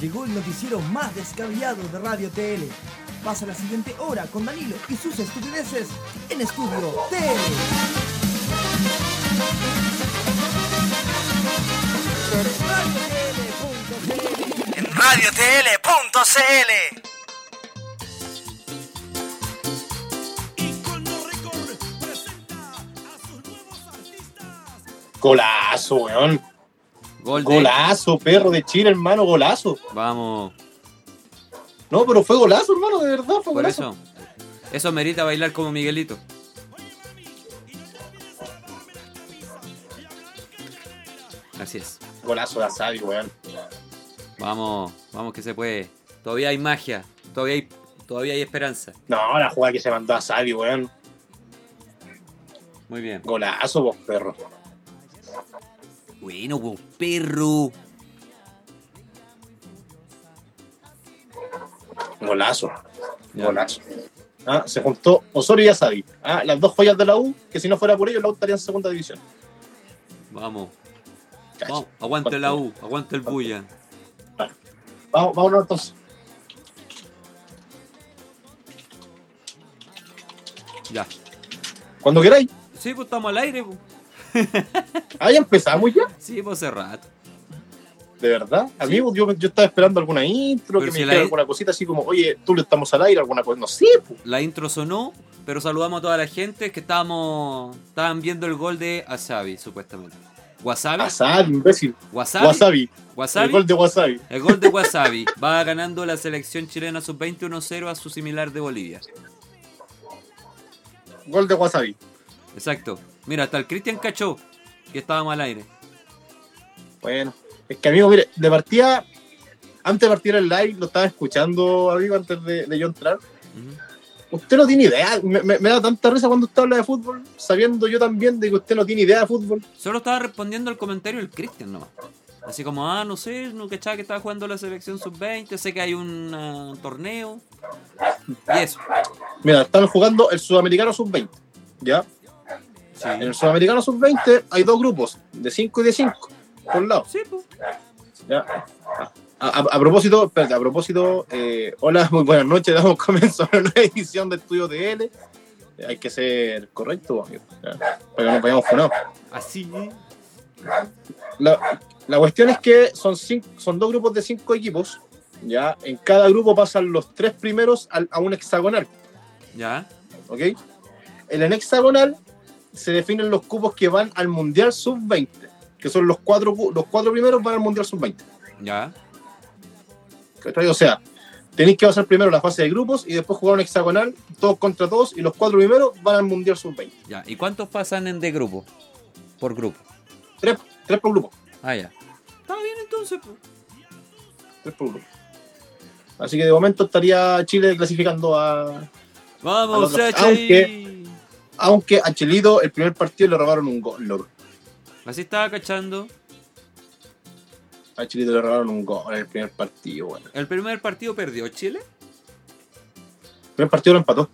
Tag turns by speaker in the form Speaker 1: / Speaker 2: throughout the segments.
Speaker 1: llegó el noticiero más descabellado de Radio TL. Pasa la siguiente hora con Danilo y sus estupideces en Estudio TL.
Speaker 2: en radiotl.cl.
Speaker 3: Golazo, weón.
Speaker 4: Gol de-
Speaker 3: Golazo, perro de Chile, hermano, golazo.
Speaker 4: Vamos,
Speaker 3: No, pero fue golazo, hermano, de verdad, fue
Speaker 4: por
Speaker 3: golazo.
Speaker 4: eso. Eso merita bailar como Miguelito. Así es.
Speaker 3: Golazo de Asadi, weón.
Speaker 4: Vamos, vamos que se puede. Todavía hay magia, todavía hay, todavía hay esperanza.
Speaker 3: No, la jugada que se mandó Asadi, weón.
Speaker 4: Muy bien.
Speaker 3: Golazo, vos, perro.
Speaker 4: Bueno, vos, perro.
Speaker 3: Golazo.
Speaker 4: Ya.
Speaker 3: Golazo. Ah, se juntó Osorio y Asadi. Ah, las dos joyas de la U, que si no fuera por ellos, la U estaría en segunda división.
Speaker 4: Vamos,
Speaker 3: Cacho.
Speaker 4: vamos. Aguante la U, aguante el bulla.
Speaker 3: Vamos, vámonos entonces.
Speaker 4: Ya.
Speaker 3: Cuando queráis.
Speaker 4: Sí, pues estamos al aire, pues.
Speaker 3: Ah, ya empezamos ya.
Speaker 4: Sí, pues hace rato.
Speaker 3: De verdad. Amigo, yo, yo estaba esperando alguna intro, que
Speaker 4: Pero si
Speaker 3: me
Speaker 4: la
Speaker 3: dijera
Speaker 4: i-
Speaker 3: alguna cosita así como, oye, tú le estamos al aire, alguna cosa. No sé, pues.
Speaker 4: La intro sonó, pero saludamos a toda la gente que estábamos. Estaban viendo el gol de Asabi, supuestamente. ¿Wasabi?
Speaker 3: Asadi, imbécil.
Speaker 4: ¿Wasabi?
Speaker 3: Wasabi.
Speaker 4: ¿Wasabi?
Speaker 3: El gol de Wasabi.
Speaker 4: El gol de Wasabi va ganando la selección chilena sub-21-0 a su similar de Bolivia.
Speaker 3: Gol de Wasabi.
Speaker 4: Exacto. Mira, hasta el Cristian cachó que estábamos al aire.
Speaker 3: Bueno, es que amigo, mire, de partida, antes de partir el live, lo estaba escuchando, amigo, antes de, de yo entrar.
Speaker 4: Ujú.
Speaker 3: Usted no tiene idea, me, me- me da tanta risa cuando usted habla de fútbol, sabiendo yo también de que usted no tiene idea de fútbol.
Speaker 4: Solo estaba respondiendo al comentario del Cristian nomás. Así como, ah, no sé, no cachaba que estaba jugando la selección sub-20, sé que hay un ah, torneo. Y eso.
Speaker 3: Mira, están jugando el Sudamericano Sub-20, ¿ya?
Speaker 4: Ah.
Speaker 3: En el Sudamericano Sub-20 hay dos grupos, de 5 y de 5, por lado.
Speaker 4: Sí, pues.
Speaker 3: Ya. A, a- a propósito, espérate, a propósito, eh, hola, muy buenas noches, damos comienzo a una edición de Estudio TL. Eh, Hay que ser correcto, amigo, ya, para que no vayamos funados.
Speaker 4: Así.
Speaker 3: La, la cuestión es que son, cinco- son dos grupos de cinco equipos, ya, en cada grupo pasan los tres primeros al- a un hexagonal,
Speaker 4: Ya.
Speaker 3: ¿ok? En el hexagonal se definen los cupos que van al Mundial Sub-20, que son los cuatro, cu- los cuatro primeros van al Mundial Sub-20.
Speaker 4: Ya.
Speaker 3: ¿cachai? O sea, tenéis que pasar primero la fase de grupos y después jugar un hexagonal, todos contra todos, y los cuatro primeros van al Mundial Sub-20.
Speaker 4: Ya. ¿Y cuántos pasan en de grupo? Por grupo.
Speaker 3: Tres, tres por grupo,
Speaker 4: Ah, ya. Está bien entonces, pues.
Speaker 3: tres por grupo. Así que de momento estaría Chile clasificando a...
Speaker 4: Vamos,
Speaker 3: A los-
Speaker 4: Sachi.
Speaker 3: aunque- Aunque a Chilito el primer partido le robaron un gol, loco.
Speaker 4: Así estaba cachando.
Speaker 3: A Chilito le robaron un gol en el primer partido, bueno.
Speaker 4: El primer partido perdió Chile.
Speaker 3: El primer partido lo empató.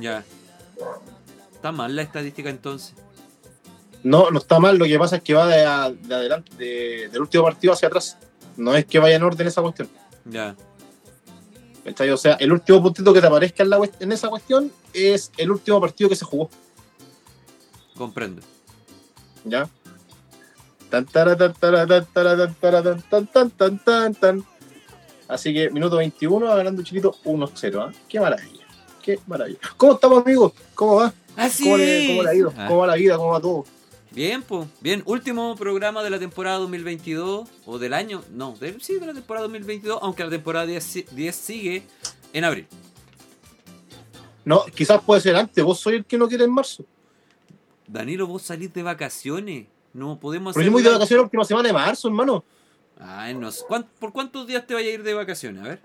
Speaker 4: Ya. Está mal la estadística entonces.
Speaker 3: No, no está mal, lo que pasa es que va de, a- de adelante, de- del último partido hacia atrás. No es que vaya en orden esa cuestión.
Speaker 4: Ya.
Speaker 3: ¿cachai? O sea, el último puntito que te aparezca en, la cuest- en esa cuestión es el último partido que se jugó.
Speaker 4: Comprendo.
Speaker 3: ¿Ya? Tan, tara, tan, tara, tan, tara, tan, tara, tan, tan, tan, tan, tan, tan. Así que minuto 21 va ganando Chilito 1-0. ¿ah? Qué maravilla. Qué maravilla. ¿Cómo estamos, amigos? ¿Cómo va?
Speaker 4: Así.
Speaker 3: ¿Cómo, le, ¿Cómo le ha ido?
Speaker 4: Ah.
Speaker 3: ¿Cómo va la vida? ¿Cómo va todo?
Speaker 4: Bien, pues. Bien. Último programa de la temporada 2022. O del año. No, del- sí, de la temporada 2022. Aunque la temporada 10, si- 10 sigue en abril.
Speaker 3: No, quizás puede ser antes. Vos soy el que no quiere en marzo.
Speaker 4: Danilo, vos salís de vacaciones. No podemos
Speaker 3: Pero yo me voy de
Speaker 4: live.
Speaker 3: vacaciones la última semana de marzo, hermano.
Speaker 4: Ay, no sé. ¿Cuán- ¿Por cuántos días te vaya a ir de vacaciones? A ver,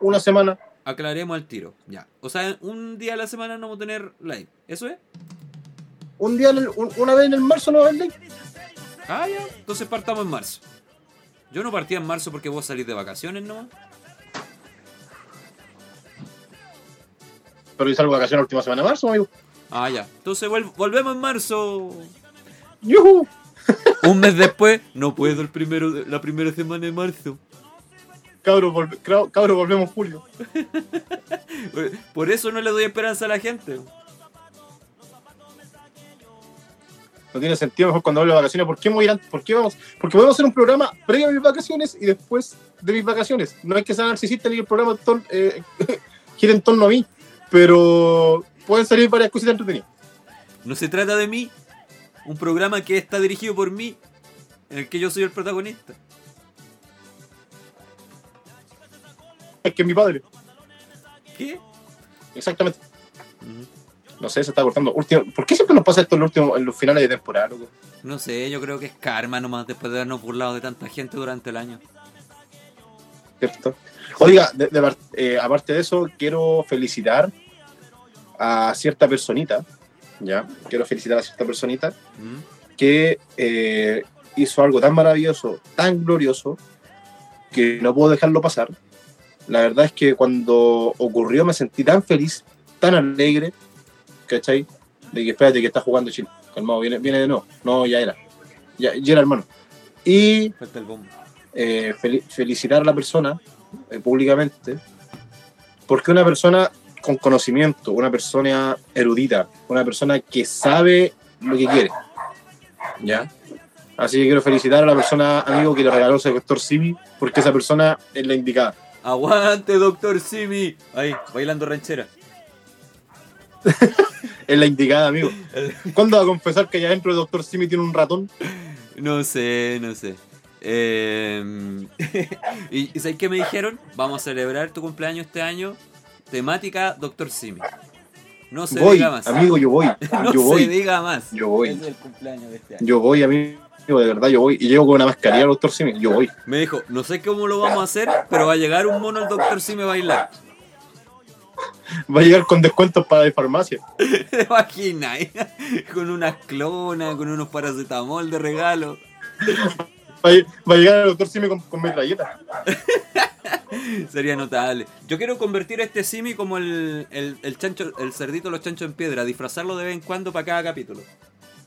Speaker 3: Una semana.
Speaker 4: aclaremos al tiro. Ya. O sea, un día a la semana no vamos a tener live. ¿Eso es?
Speaker 3: Un día, en el- un- una vez en el marzo no va a haber ley.
Speaker 4: Ah, ya. Entonces partamos en marzo. Yo no partía en marzo porque vos salís de vacaciones, ¿no?
Speaker 3: Pero yo salgo de vacaciones la última semana de marzo, amigo.
Speaker 4: Ah, ya. Entonces vuel- volvemos en marzo.
Speaker 3: ¡Yujú!
Speaker 4: Un mes después, no puedo el primero de- la primera semana de marzo.
Speaker 3: Cabro, volve- crao- cabro, volvemos julio.
Speaker 4: Por- Eh, Por eso no le doy esperanza a la gente.
Speaker 3: No tiene sentido mejor cuando vuelva de vacaciones. ¿Por qué, voy a ir an- ¿Por qué vamos? Porque podemos hacer un programa previo a mis vacaciones y después de mis vacaciones. No hay que ser narcisista ni que el programa tor- eh, gire en torno a mí, pero pueden salir varias cositas entretenidas.
Speaker 4: No se trata de mí. Un programa que está dirigido por mí, en el que yo soy el protagonista.
Speaker 3: Es que es mi padre.
Speaker 4: ¿Qué?
Speaker 3: Exactamente.
Speaker 4: Mm,
Speaker 3: No sé, se está cortando. Último, ¿Por qué siempre nos pasa esto en los, últimos- en los finales de temporada? loco?
Speaker 4: No sé, yo creo que es karma nomás después de habernos burlado de tanta gente durante el año.
Speaker 3: ¿Cierto? Oiga, de- de par- eh, aparte de eso, quiero felicitar a cierta personita. Ya, quiero felicitar a cierta personita
Speaker 4: Mm.
Speaker 3: que eh, hizo algo tan maravilloso, tan glorioso, que no puedo dejarlo pasar. La verdad es que cuando ocurrió me sentí tan feliz, tan alegre, ¿cachai? De que espérate que está jugando Chile. Calmado, viene, viene de nuevo. No, ya era. Ya, ya era, hermano. Y
Speaker 4: Falta el bombo.
Speaker 3: eh, fel- felicitar a la persona eh, públicamente, porque una persona con conocimiento, una persona erudita, una persona que sabe lo que quiere. ¿Ya? Así que quiero felicitar a la persona, amigo, que le regaló ese doctor Simi, porque esa persona es la indicada.
Speaker 4: ¡Aguante, doctor Simi! Ahí, bailando ranchera.
Speaker 3: Es la indicada, amigo. ¿Cuándo va a confesar que allá adentro el doctor Simi tiene un ratón?
Speaker 4: No sé, no sé. Eh, ¿Y y sabes qué me dijeron? Vamos a celebrar tu cumpleaños este año. Temática Doctor Simi. No se
Speaker 3: Voy,
Speaker 4: diga más.
Speaker 3: amigo, yo voy.
Speaker 4: no
Speaker 3: yo
Speaker 4: se
Speaker 3: voy.
Speaker 4: diga más.
Speaker 3: Yo voy.
Speaker 4: Es el cumpleaños de este año.
Speaker 3: Yo voy, amigo, de verdad, yo voy. Y llego con una mascarilla al doctor Simi. Yo voy.
Speaker 4: Me dijo, no sé cómo lo vamos a hacer, pero va a llegar un mono al Doctor Simi a bailar.
Speaker 3: Va a llegar con descuentos para la farmacia.
Speaker 4: ¿Te imaginas? ¿eh? con unas clonas, con unos paracetamol de regalo.
Speaker 3: Va a, va a llegar el doctor Simi con, con metralleta.
Speaker 4: Sería notable. Yo quiero convertir a este Simi como el, el, el chancho, el cerdito de los chanchos en piedra, disfrazarlo de vez en cuando para cada capítulo.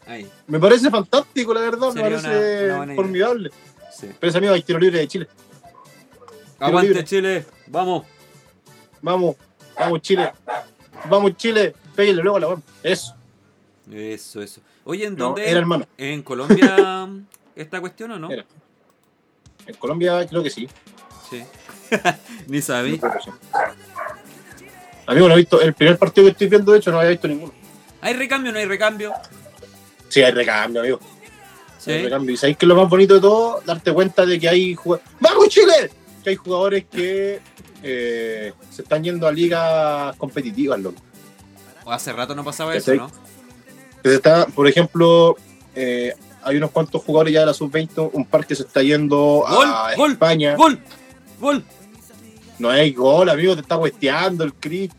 Speaker 4: Ahí,
Speaker 3: Me parece fantástico, la verdad.
Speaker 4: Sería
Speaker 3: me
Speaker 4: una-
Speaker 3: parece
Speaker 4: una buena idea.
Speaker 3: formidable.
Speaker 4: sí.
Speaker 3: Pero ese amigo hay tiro libre de Chile.
Speaker 4: Aguante
Speaker 3: libre.
Speaker 4: Chile, vamos.
Speaker 3: Vamos, vamos Chile. Vamos Chile. Pégale luego a la bomba. Eso.
Speaker 4: Eso, eso. Oye, ¿en
Speaker 3: No,
Speaker 4: dónde?
Speaker 3: era hermano.
Speaker 4: ¿En Colombia esta cuestión o no?
Speaker 3: Era. En Colombia creo que sí.
Speaker 4: Sí. Ni sabí.
Speaker 3: creo que sí. Amigo, no he visto. El primer partido que estoy viendo, de hecho, no había visto ninguno.
Speaker 4: ¿Hay recambio o no hay recambio?
Speaker 3: Sí, hay recambio, amigo. Hay
Speaker 4: Sí.
Speaker 3: recambio. Y sabéis que lo más bonito de todo, darte cuenta de que hay jugadores. ¡Vamos Chile! Que hay jugadores que eh, se están yendo a ligas competitivas, loco.
Speaker 4: O hace rato no pasaba
Speaker 3: Que
Speaker 4: eso,
Speaker 3: sí.
Speaker 4: ¿no?
Speaker 3: que se está, por ejemplo, eh, hay unos cuantos jugadores ya de la sub-20, un par que se está yendo a
Speaker 4: Gol, gol,
Speaker 3: España.
Speaker 4: ¡Gol! ¡Gol!
Speaker 3: No hay gol, amigo, te está cuesteando el Cris.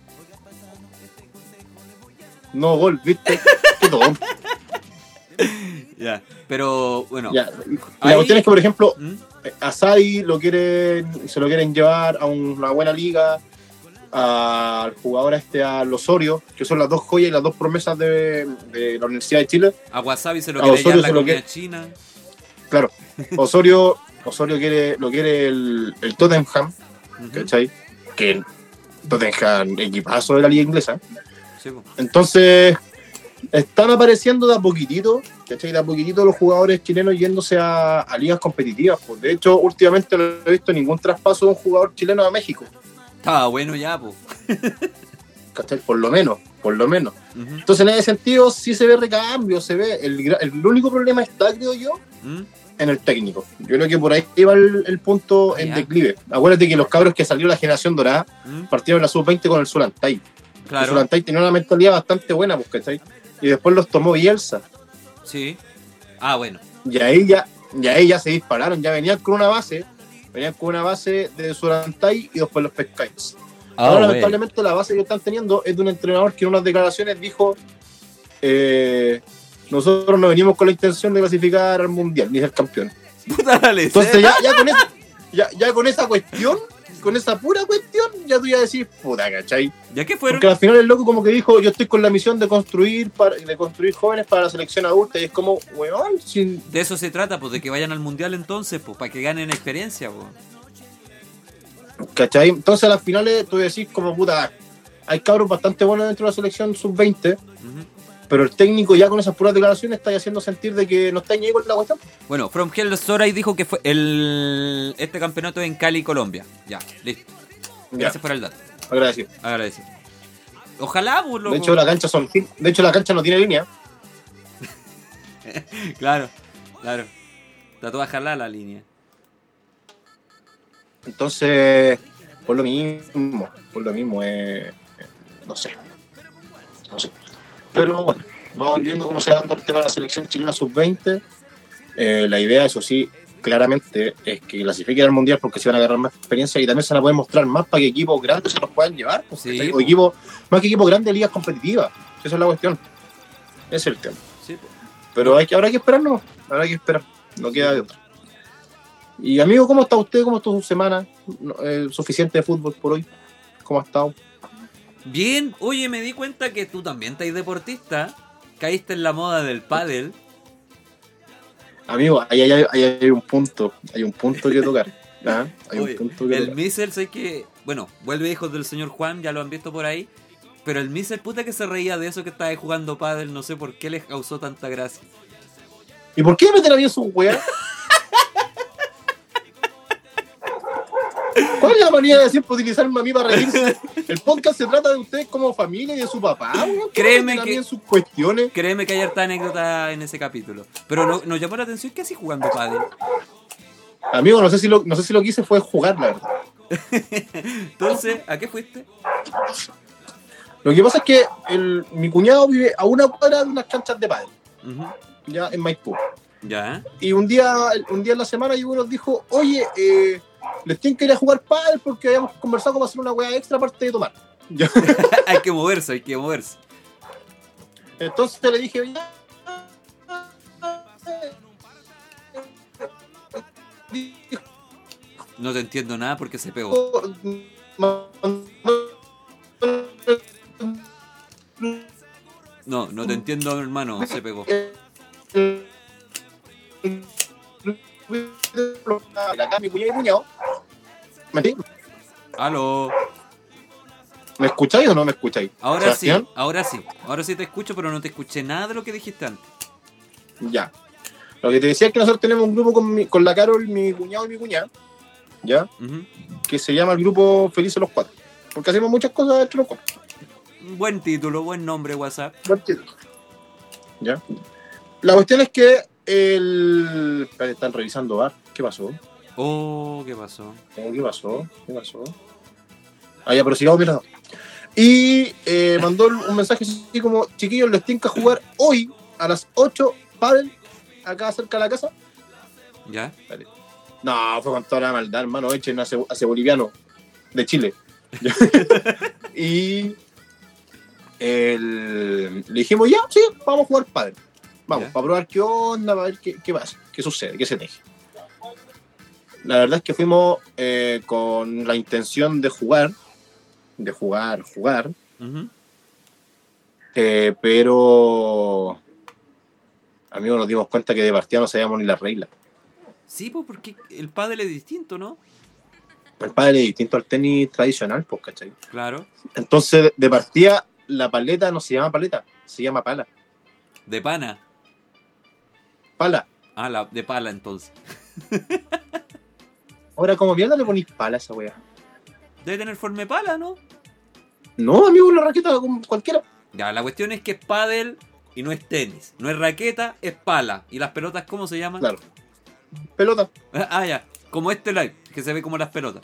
Speaker 3: No gol, ¿viste? Qué tonto.
Speaker 4: Ya. Pero bueno.
Speaker 3: Ya.
Speaker 4: Ahí-
Speaker 3: La cuestión es que, por ejemplo,
Speaker 4: ¿Mm?
Speaker 3: Asadi lo quieren, se lo quieren llevar a una buena liga, al jugador este, al Osorio, que son las dos joyas y las dos promesas de, de la Universidad de Chile.
Speaker 4: A Wasabi se lo
Speaker 3: A
Speaker 4: quiere
Speaker 3: Osorio
Speaker 4: llevar la
Speaker 3: se lo
Speaker 4: comida
Speaker 3: quiere-
Speaker 4: china.
Speaker 3: Claro, Osorio, Osorio quiere, lo quiere el, el Tottenham,
Speaker 4: Ujú,
Speaker 3: ¿cachai? Que el Tottenham, equipazo de la liga inglesa.
Speaker 4: sí, po.
Speaker 3: Entonces, están apareciendo de a poquitito, ¿cachai? De a poquitito los jugadores chilenos yéndose a, a ligas competitivas. Pues. De hecho, últimamente no he visto ningún traspaso de un jugador chileno a México,
Speaker 4: Estaba bueno ya, po.
Speaker 3: ¿cachai? Por lo menos, por lo menos.
Speaker 4: Ujú,
Speaker 3: Entonces, en ese sentido, sí se ve recambio, se ve. El, gra- el único problema está, creo yo,
Speaker 4: ¿Mm?
Speaker 3: en el técnico. Yo creo que por ahí iba el, el punto en
Speaker 4: Ya.
Speaker 3: declive. Acuérdate que los cabros que salió la generación dorada
Speaker 4: ¿Mm?
Speaker 3: partieron la sub-20 con el Sulantay. El
Speaker 4: Claro,
Speaker 3: Sulantay tenía una mentalidad bastante buena, pues, ¿cachai? Y después los tomó Bielsa.
Speaker 4: sí. Ah, bueno.
Speaker 3: Y ahí ya, y ahí ya se dispararon. Ya venían con una base. Venían con una base de Sulantay y después los Pescais.
Speaker 4: Oh,
Speaker 3: Ahora, lamentablemente, la base que están teniendo es de un entrenador que en unas declaraciones dijo: eh, Nosotros no venimos con la intención de clasificar al mundial ni ser campeón.
Speaker 4: Puta ¿eh? la lecera.
Speaker 3: Entonces ya, ya con esa, ya, ya con esa cuestión, con esa pura cuestión, ya tú ya decís, puta, ¿cachai?
Speaker 4: ¿Ya que fueron?
Speaker 3: Porque al final el loco como que dijo, yo estoy con la misión de construir para, de construir jóvenes para la selección adulta, y es como, weón, sin-
Speaker 4: De eso se trata, pues, de que vayan al mundial entonces, pues, para que ganen experiencia, pues.
Speaker 3: ¿Cachai? Entonces a las finales tú decís como puta, hay cabros bastante buenos dentro de la selección sub-20,
Speaker 4: Ujú.
Speaker 3: pero el técnico ya con esas puras declaraciones está haciendo sentir de que no está ni ahí con la cuestión.
Speaker 4: Bueno, From Hell Soray dijo que fue el, este campeonato en Cali, Colombia. Ya, listo.
Speaker 3: Ya,
Speaker 4: Gracias por el dato.
Speaker 3: agradecido.
Speaker 4: Agradecido. Ojalá, pues, loco.
Speaker 3: De hecho la cancha son de hecho la cancha no tiene línea.
Speaker 4: Claro, claro. Está toda jalada la línea.
Speaker 3: Entonces, por lo mismo, por lo mismo, eh, no sé. No sé. Pero bueno, vamos viendo cómo se va dando el tema de la selección chilena sub-20. Eh, la idea, eso sí, claramente, es que clasifiquen al mundial porque se van a agarrar más experiencia y también se van a poder mostrar más para que equipos grandes se los puedan llevar. pues,
Speaker 4: Sí,
Speaker 3: ¿cachai? O
Speaker 4: pues.
Speaker 3: equipos, más que equipos grandes, ligas competitivas. Esa es la cuestión. Ese es el tema.
Speaker 4: Sí, pues.
Speaker 3: Pero hay que, habrá que esperarnos, habrá que esperar, no queda de otra. Y amigo, ¿cómo está usted? ¿Cómo estuvo su semana? No, eh, ¿Suficiente de fútbol por hoy? ¿Cómo ha estado?
Speaker 4: Bien, oye, me di cuenta que tú también estás deportista. Caíste en la moda del pádel.
Speaker 3: Amigo, ahí, hay- ahí hay un punto, hay un punto que tocar. ¿ah? Hay
Speaker 4: Oye,
Speaker 3: un punto que
Speaker 4: el
Speaker 3: tocar.
Speaker 4: Miser, sé que. Bueno, vuelve hijos del señor Juan, ya lo han visto por ahí. Pero el Miser, puta que se reía de eso que estaba ahí jugando pádel, no sé por qué les causó tanta gracia.
Speaker 3: ¿Y por qué meter a mí en su weá? ¿Cuál es la manera de siempre utilizarme a mí para reírse? El podcast se trata de ustedes como familia y de su papá. weón. ¿Qué
Speaker 4: Créeme
Speaker 3: meten a mí
Speaker 4: que-
Speaker 3: en sus cuestiones.
Speaker 4: Créeme que hay harta anécdota en ese capítulo. Pero no- nos llamó la atención que así jugando pádel.
Speaker 3: Amigo, no sé si lo, no sé si lo que hice fue jugar, la verdad.
Speaker 4: Entonces, ¿a qué fuiste?
Speaker 3: Lo que pasa es que el- mi cuñado vive a una cuadra de unas canchas de pádel,
Speaker 4: Ujú.
Speaker 3: ya en Maipú.
Speaker 4: Ya.
Speaker 3: Y un día, un día en la semana yo nos dijo, oye, eh, les tienen que ir a jugar pádel porque habíamos conversado cómo hacer una hueá extra aparte de tomar. Ya.
Speaker 4: hay que moverse, hay que moverse.
Speaker 3: Entonces le dije, ya. Dijo,
Speaker 4: No te entiendo nada porque se pegó.
Speaker 3: mandó-
Speaker 4: No, no te entiendo, hermano, se pegó.
Speaker 3: Acá mi cuñado y cuñado. ¿Me entiendes?
Speaker 4: Aló.
Speaker 3: ¿Me escucháis o no me escucháis?
Speaker 4: Ahora sí,
Speaker 3: ¿Sebastián?
Speaker 4: ahora sí. Ahora sí te escucho, pero no te escuché nada de lo que dijiste antes.
Speaker 3: Ya. Lo que te decía es que nosotros tenemos un grupo con, mi- con la Carol, mi cuñado y mi cuñada, ¿ya?
Speaker 4: Ujú.
Speaker 3: Que se llama el grupo Felices los Cuatro. Porque hacemos muchas cosas dentro de los cuatro.
Speaker 4: Buen título, buen nombre, WhatsApp.
Speaker 3: ¿Ya? La cuestión es que el... espérate, están revisando bar. ¿Qué pasó?
Speaker 4: Oh, ¿qué pasó?
Speaker 3: Oh, ¿Qué pasó? ¿Qué pasó? Ah, ya, pero sigamos mirando. Y eh, mandó un mensaje así como, chiquillos, les tinca jugar hoy a las 8, pádel, acá cerca de la casa.
Speaker 4: ¿Ya?
Speaker 3: No, fue con toda la maldad, hermano, echen a ese, a ese boliviano de Chile. y el- le dijimos, ya, sí, vamos a jugar pádel. Vamos,
Speaker 4: Ya.
Speaker 3: para probar qué onda, para ver qué, qué pasa, qué sucede, qué se teje. La verdad es que fuimos eh, con la intención de jugar, de jugar, jugar,
Speaker 4: Ujú.
Speaker 3: eh, pero amigos nos dimos cuenta que de partida no sabíamos ni las reglas.
Speaker 4: Sí, pues porque el padre es distinto, ¿no?
Speaker 3: El pádel es distinto al tenis tradicional, pues, ¿cachai?
Speaker 4: Claro.
Speaker 3: Entonces, de partida, la paleta no se llama paleta, se llama pala.
Speaker 4: De pana.
Speaker 3: Pala.
Speaker 4: Ah, la, de pala entonces.
Speaker 3: Ahora, como mierda le ponéis pala a esa weá.
Speaker 4: Debe tener forma de pala, ¿no?
Speaker 3: No, amigo, la raqueta como cualquiera.
Speaker 4: Ya, la cuestión es que es pádel y no es tenis. No es raqueta, es pala. ¿Y las pelotas cómo se llaman?
Speaker 3: Claro. Pelota.
Speaker 4: Ah, ya. Como este live, que se ve como las pelotas.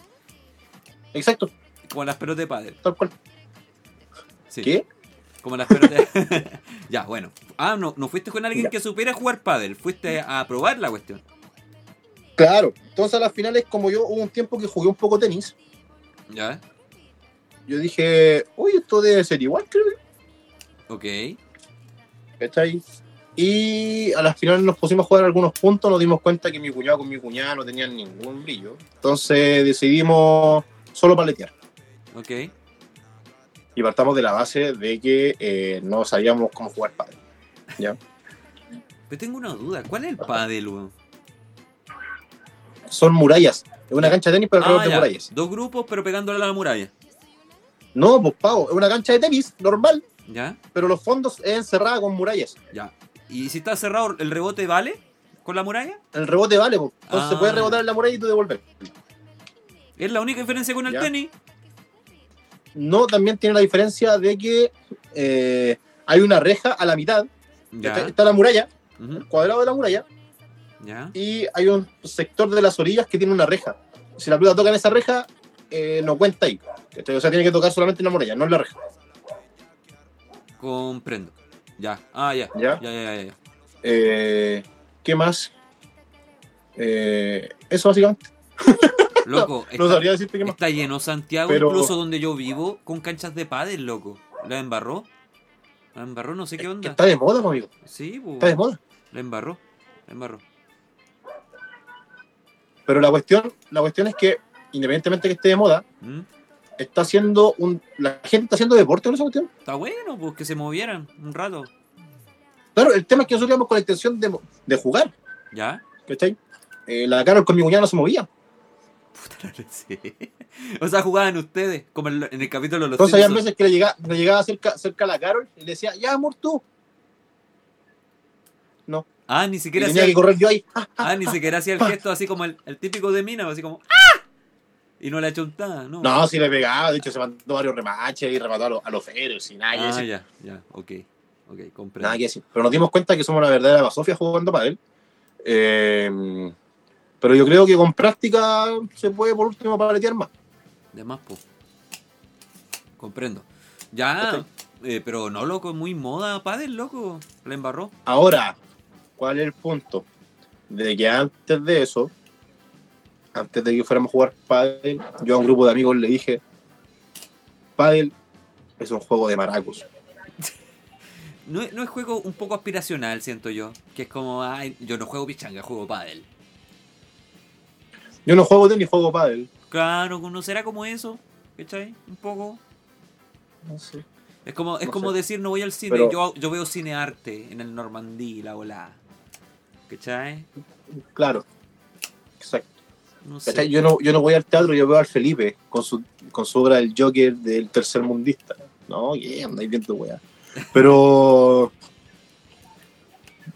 Speaker 3: Exacto,
Speaker 4: Como las pelotas de pádel.
Speaker 3: tal cual.
Speaker 4: Sí.
Speaker 3: ¿Qué?
Speaker 4: Como las pelotas. ya, bueno. Ah, no, no fuiste con alguien
Speaker 3: Ya.
Speaker 4: que supiera jugar pádel. Fuiste a probar la cuestión.
Speaker 3: Claro. Entonces, a las finales, como yo hubo un tiempo que jugué un poco tenis,
Speaker 4: Ya.
Speaker 3: yo dije, oye, esto debe ser igual, creo que.
Speaker 4: Ok.
Speaker 3: ¿Cachai? Y a las finales nos pusimos a jugar algunos puntos, nos dimos cuenta que mi cuñado con mi cuñada no tenían ningún brillo. Entonces, decidimos solo paletear.
Speaker 4: Ok.
Speaker 3: y partamos de la base de que eh, no sabíamos cómo jugar padre.
Speaker 4: Pero tengo una duda. ¿Cuál es el pádel, weón?
Speaker 3: son murallas. Es una cancha de tenis, pero alrededor
Speaker 4: Ah,
Speaker 3: de
Speaker 4: ya.
Speaker 3: murallas.
Speaker 4: Dos grupos, pero pegándole a la muralla.
Speaker 3: No, pues pavo, es una cancha de tenis normal,
Speaker 4: ¿Ya?
Speaker 3: pero los fondos es encerrada con murallas.
Speaker 4: Ya. ¿Y si está cerrado, el rebote vale con la muralla?
Speaker 3: El rebote vale, pues. Entonces
Speaker 4: Ah.
Speaker 3: puedes rebotar en la muralla y tú devolver.
Speaker 4: Es la única diferencia con el
Speaker 3: Ya.
Speaker 4: tenis.
Speaker 3: No, también tiene la diferencia de que eh, hay una reja a la mitad.
Speaker 4: Ya.
Speaker 3: Está, está la muralla,
Speaker 4: Ujú,
Speaker 3: el cuadrado de la muralla,
Speaker 4: ya.
Speaker 3: y hay un sector de las orillas que tiene una reja. Si la pelota toca en esa reja, eh, no cuenta ahí. ¿cachai? O sea, tiene que tocar solamente en la muralla, no en la reja.
Speaker 4: Comprendo. Ya. Ah, ya.
Speaker 3: ¿Ya?
Speaker 4: Ya, ya, ya. ya.
Speaker 3: Eh, ¿Qué más? Eh, eso básicamente.
Speaker 4: Loco,
Speaker 3: No
Speaker 4: está,
Speaker 3: sabría decirte qué más.
Speaker 4: está lleno Santiago,
Speaker 3: Pero-
Speaker 4: incluso donde yo vivo, con canchas de pádel, loco. ¿La embarró? ¿La embarró? No sé qué onda.
Speaker 3: Está de moda, po, amigo.
Speaker 4: Sí, po.
Speaker 3: Está de moda.
Speaker 4: La embarró. La embarró.
Speaker 3: Pero la cuestión, la cuestión es que, independientemente que esté de moda,
Speaker 4: ¿Mm?
Speaker 3: está haciendo un. La gente está haciendo deporte con esa cuestión.
Speaker 4: Está bueno, pues que se movieran un rato.
Speaker 3: Claro, el tema es que nosotros íbamos con la intención de, mo- de jugar,
Speaker 4: ¿Ya?
Speaker 3: ¿cachai? Eh, la Carol con mi cuñado no se movía.
Speaker 4: Sí. O sea, jugaban ustedes, como en lo- en el capítulo de los
Speaker 3: Entonces había
Speaker 4: Simpsons.
Speaker 3: veces que le llegaba, le llegaba cerca, cerca a la Carol y le decía, ya amor tú.
Speaker 4: Ah, ni
Speaker 3: Y
Speaker 4: siquiera
Speaker 3: tenía
Speaker 4: hacía,
Speaker 3: que correr yo ahí. Ah,
Speaker 4: ah, ni siquiera hacía el gesto así como el, el típico de Mina, así como ¡Ah! Y no la chuntaba, ¿no? Ah,
Speaker 3: No, si le pegaba, de hecho se mandó varios remaches y remató a, los- a los feros y nada que
Speaker 4: Ah,
Speaker 3: decir.
Speaker 4: ya, ya, ok. Ok, comprendo.
Speaker 3: Nada que decir. Pero nos dimos cuenta que somos una verdadera basofia jugando para él. pero yo creo que con práctica se puede por último paletear más.
Speaker 4: De más, po. Comprendo. Ya, eh, pero no, loco, es muy moda, padre, loco. La embarró.
Speaker 3: Ahora, ¿cuál es el punto? De que antes de eso, antes de que fuéramos a jugar pádel, yo a un grupo de amigos le dije, pádel es un juego de maracos.
Speaker 4: No, es- no es juego un poco aspiracional, siento yo. Que es como, ay, yo no juego pichanga, juego pádel.
Speaker 3: Yo no juego tenis, juego pádel.
Speaker 4: Claro, pues, ¿no será como eso? ¿Cachai? Un poco.
Speaker 3: No sé.
Speaker 4: Es como, es
Speaker 3: No
Speaker 4: como
Speaker 3: sé.
Speaker 4: decir, no voy al cine,
Speaker 3: Pero-
Speaker 4: yo, yo veo cine arte en el Normandí, la ola. ¿Cachai?
Speaker 3: Claro. Exacto.
Speaker 4: No sé.
Speaker 3: ¿Cachai? Yo, no, yo no voy al teatro, yo veo al Felipe con su, con su obra El Joker del tercer mundista. No, yeah, andáis viendo, weá. Pero.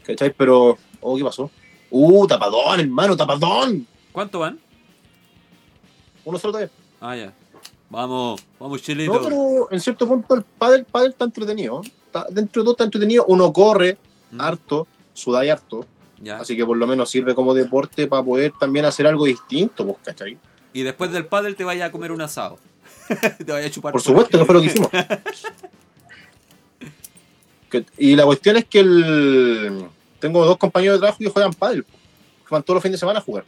Speaker 3: ¿Cachai? Pero. Oh, ¿qué pasó? Uh, tapadón, hermano, tapadón.
Speaker 4: ¿Cuánto van?
Speaker 3: Uno solo todavía.
Speaker 4: Ah, ya. Vamos, vamos, chilito.
Speaker 3: No, pero en cierto punto el pádel, pádel está entretenido. Está- dentro de todo está entretenido. Uno corre
Speaker 4: Mm, Ah.
Speaker 3: harto, sudáis harto.
Speaker 4: ya.
Speaker 3: Así que por lo menos sirve como deporte para poder también hacer algo distinto, pues, ¿cachai?
Speaker 4: Y después del pádel te vaya a comer un asado. te vaya a chupar.
Speaker 3: Por supuesto que fue lo que hicimos. Que- y la cuestión es que el, tengo dos compañeros de trabajo que juegan pádel. Juegan todos los fines de semana a jugar.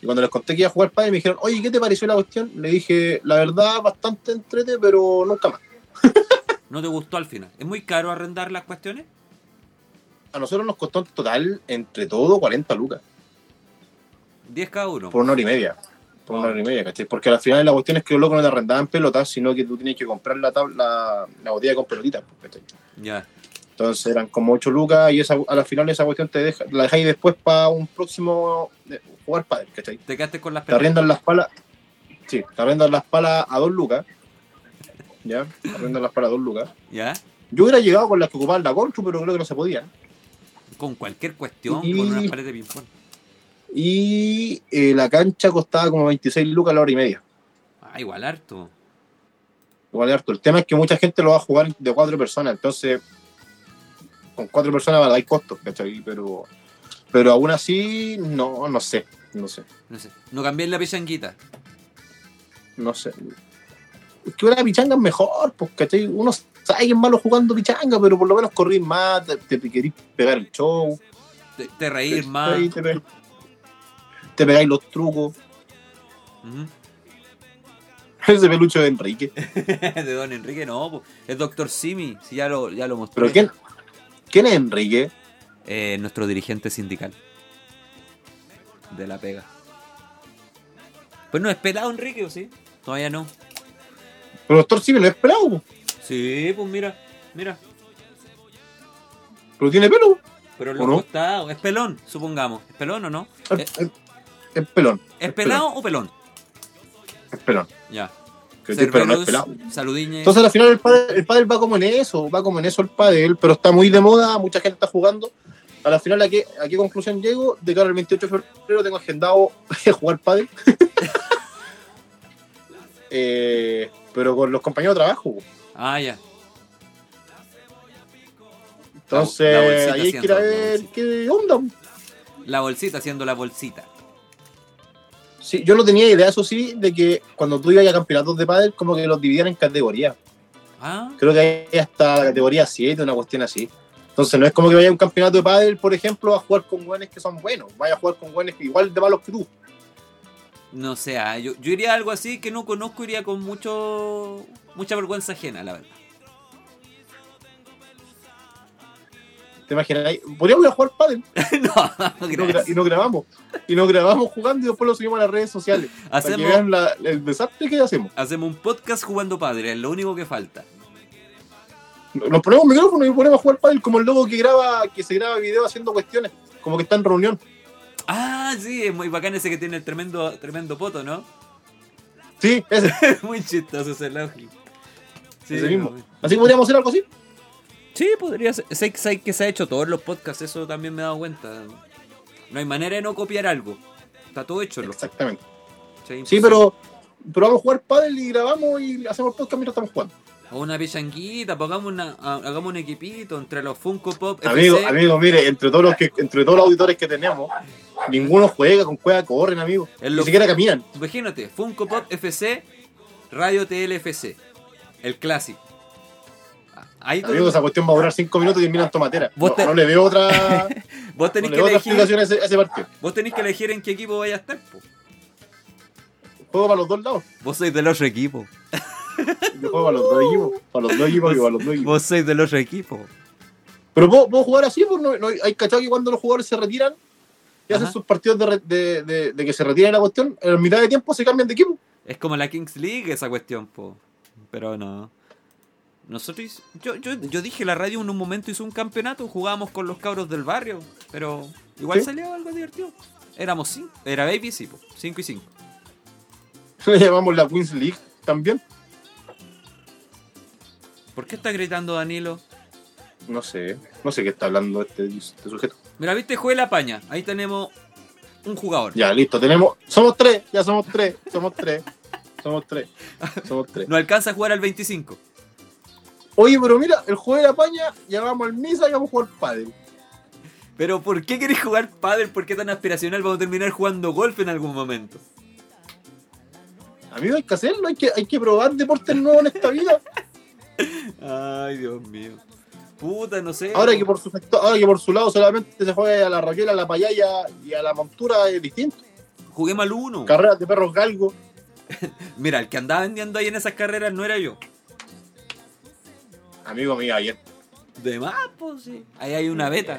Speaker 3: Y cuando les conté que iba a jugar pádel, me dijeron, oye, ¿qué te pareció la cuestión? Le dije, la verdad, bastante entrete, pero nunca más.
Speaker 4: No te gustó al final. ¿Es muy caro arrendar las cuestiones?
Speaker 3: A nosotros nos costó en total, entre todo, 40 lucas.
Speaker 4: 10 cada uno.
Speaker 3: Por una hora y media. Por una hora y media, ¿cachai? Porque al final la cuestión es que los locos no te arrendaban pelotas, sino que tú tienes que comprar la, tab- la, la botella con pelotitas, pues, ¿cachai?
Speaker 4: Ya.
Speaker 3: Entonces eran como 8 lucas y esa, a la final esa cuestión te deja, la dejáis después para un próximo eh, jugar padre, ¿cachai?
Speaker 4: Te quedaste con las
Speaker 3: Te arrendan las palas. Sí, te arrendan las palas a 2 lucas. ¿Ya? Te arrendan las palas a 2 lucas.
Speaker 4: Ya.
Speaker 3: Yo hubiera llegado con las que ocupaban la Conchu, pero creo que no se podía.
Speaker 4: Con cualquier cuestión,
Speaker 3: Y-
Speaker 4: con unas paredes de ping-pong.
Speaker 3: Y eh, la cancha costaba como 26 lucas la hora y media.
Speaker 4: Ah, igual harto.
Speaker 3: Igual de harto. El tema es que mucha gente lo va a jugar de cuatro personas, entonces con cuatro personas va a dar costos, ¿cachai? Pero, pero aún así, no, no sé, no sé.
Speaker 4: No sé. No cambié la pichanguita.
Speaker 3: no sé. Es que una pichanga es mejor, pues, ¿cachai? Uno sabe que es malo jugando pichanga, pero por lo menos corrís más, te, te querís pegar el show,
Speaker 4: Te, te reír
Speaker 3: ¿cachai?
Speaker 4: más.
Speaker 3: Te, pe- te pegáis los trucos.
Speaker 4: Ujú.
Speaker 3: Ese peluche de Enrique.
Speaker 4: de Don Enrique no, po. es Doctor Simi, si ya lo, ya lo mostré.
Speaker 3: ¿Pero quién, quién es Enrique?
Speaker 4: Eh, nuestro dirigente sindical. De la pega. Pues no, es pelado Enrique, ¿o sí? Todavía no.
Speaker 3: Pero doctor Simi no es pelado, po.
Speaker 4: Sí, pues mira, mira.
Speaker 3: pero tiene pelo.
Speaker 4: Pero en
Speaker 3: ¿O
Speaker 4: los
Speaker 3: no?
Speaker 4: costados, es pelón, supongamos. ¿Es pelón o no?
Speaker 3: Es,
Speaker 4: Eh,
Speaker 3: es- Es pelón.
Speaker 4: ¿Es pelado o pelón?
Speaker 3: Es pelón.
Speaker 4: Ya.
Speaker 3: Que estoy pelón, no es
Speaker 4: Cervelus,
Speaker 3: pelado.
Speaker 4: Saludiñe.
Speaker 3: Entonces al final el pádel, el pádel va como en eso, va como en eso el pádel, pero está muy de moda, mucha gente está jugando. A la final, ¿a qué, a qué conclusión llego? De cara al 28 de febrero tengo agendado jugar pádel. Eh, pero con los compañeros de trabajo.
Speaker 4: Ah, ya.
Speaker 3: Entonces,
Speaker 4: La- la bolsita
Speaker 3: ahí hay que ir
Speaker 4: haciendo
Speaker 3: a
Speaker 4: la
Speaker 3: ver
Speaker 4: bolsita.
Speaker 3: qué onda.
Speaker 4: La bolsita haciendo la bolsita.
Speaker 3: Sí, yo no tenía idea, eso sí, de que cuando tú ibas a campeonatos de pádel, como que los dividían en categorías.
Speaker 4: Ah,
Speaker 3: Creo que hay hasta la categoría 7, una cuestión así. Entonces, no es como que vaya a un campeonato de pádel, por ejemplo, a jugar con güeyes que son buenos. Vaya a jugar con güeyes igual de malos que tú.
Speaker 4: no sé. ah, Yo, yo iría a algo así que no conozco, iría con mucho mucha vergüenza ajena, la verdad.
Speaker 3: ¿Te imaginas? Podríamos ir a jugar pádel
Speaker 4: no,
Speaker 3: y no, gra-
Speaker 4: gracias.
Speaker 3: y no grabamos. Y nos grabamos jugando y después lo subimos a las redes sociales. Para que
Speaker 4: Hacemos,
Speaker 3: vean la- el desastre que hacemos.
Speaker 4: hacemos un podcast jugando padre, es lo único que falta.
Speaker 3: Nos ponemos un micrófono y ponemos a jugar pádel como el loco que graba, que se graba video haciendo cuestiones. Como que está en reunión.
Speaker 4: Ah, sí, es muy bacán ese que tiene el tremendo, tremendo poto, ¿no?
Speaker 3: Sí, ese.
Speaker 4: muy chistoso ese lógico.
Speaker 3: Ese mismo. Así que podríamos hacer algo así.
Speaker 4: Sí, podría ser. Sé, que- sé que se ha hecho todos los podcasts, eso también me he dado cuenta. No hay manera de no copiar algo. Está todo hecho. loco.
Speaker 3: Exactamente.
Speaker 4: Sí,
Speaker 3: Sí,
Speaker 4: imposible.
Speaker 3: pero, pero vamos a jugar pádel y grabamos y hacemos podcast mientras estamos jugando.
Speaker 4: O una pichanguita, pues hagamos, una, ha- hagamos un equipito entre los Funko Pop. FC.
Speaker 3: Amigo, amigo, mire, entre todos los que, entre todos los auditores que tenemos, ninguno juega, con juega, corren, amigo.
Speaker 4: Es
Speaker 3: Ni
Speaker 4: lo-
Speaker 3: siquiera caminan.
Speaker 4: Imagínate, Funko Pop FC, Radio TLFC. El clásico. Ahí tú-
Speaker 3: Amigo, esa cuestión va a durar 5 minutos y terminan tomatera.
Speaker 4: Vos
Speaker 3: No,
Speaker 4: te-
Speaker 3: no le veo otra, no
Speaker 4: vos,
Speaker 3: le
Speaker 4: tenés que
Speaker 3: veo otra
Speaker 4: elegir,
Speaker 3: explicación a ese, a ese partido.
Speaker 4: vos tenés que elegir en qué equipo vaya a estar. po.
Speaker 3: Juego para los dos lados.
Speaker 4: Vos sois del otro equipo.
Speaker 3: Yo juego para los dos equipos. Para los dos equipos, amigo, para los dos equipos.
Speaker 4: Vos sois del otro equipo.
Speaker 3: Pero puedo, puedo jugar así, pues no, no hay- hay cachado que cuando los jugadores se retiran y hacen
Speaker 4: Ajá.
Speaker 3: sus partidos de, re- de, de- de que se retiran la cuestión, en la mitad de tiempo se cambian de equipo.
Speaker 4: Es como la Kings League esa cuestión, po. Pero no. Nosotros. hic- Yo, yo, yo dije, la radio en un momento hizo un campeonato, jugábamos con los cabros del barrio. Pero igual
Speaker 3: ¿Sí?
Speaker 4: salió algo divertido. Éramos cinco. Era Baby, sí, po. Cinco y cinco.
Speaker 3: Le llamamos la Queens League también.
Speaker 4: ¿Por qué está gritando Danilo?
Speaker 3: No sé, no sé qué está hablando este, este sujeto.
Speaker 4: Mira, viste, juega la paña. Ahí tenemos un jugador.
Speaker 3: Ya, listo, tenemos. Somos tres, ya somos tres, somos tres, somos tres, somos tres.
Speaker 4: No alcanza a jugar al 25.
Speaker 3: Oye, pero mira, el juego de la paña, llamamos al misa y vamos a jugar pádel.
Speaker 4: Pero ¿por qué querés jugar pádel? ¿Por qué tan aspiracional? Vamos a terminar jugando golf en algún momento.
Speaker 3: Amigo, hay que hacerlo, hay que, hay que probar deportes nuevos en esta vida.
Speaker 4: Ay, Dios mío. Puta, no sé.
Speaker 3: Ahora
Speaker 4: po.
Speaker 3: que por su, sector- ahora que por su lado solamente se juega a la raquela, a la payaya y a la montura es distinto.
Speaker 4: Jugué mal uno.
Speaker 3: Carreras de perros galgos.
Speaker 4: Mira, el que andaba vendiendo ahí en esas carreras no era yo.
Speaker 3: Amigo, amiga, ayer.
Speaker 4: De más, pues sí. Ahí hay una beta.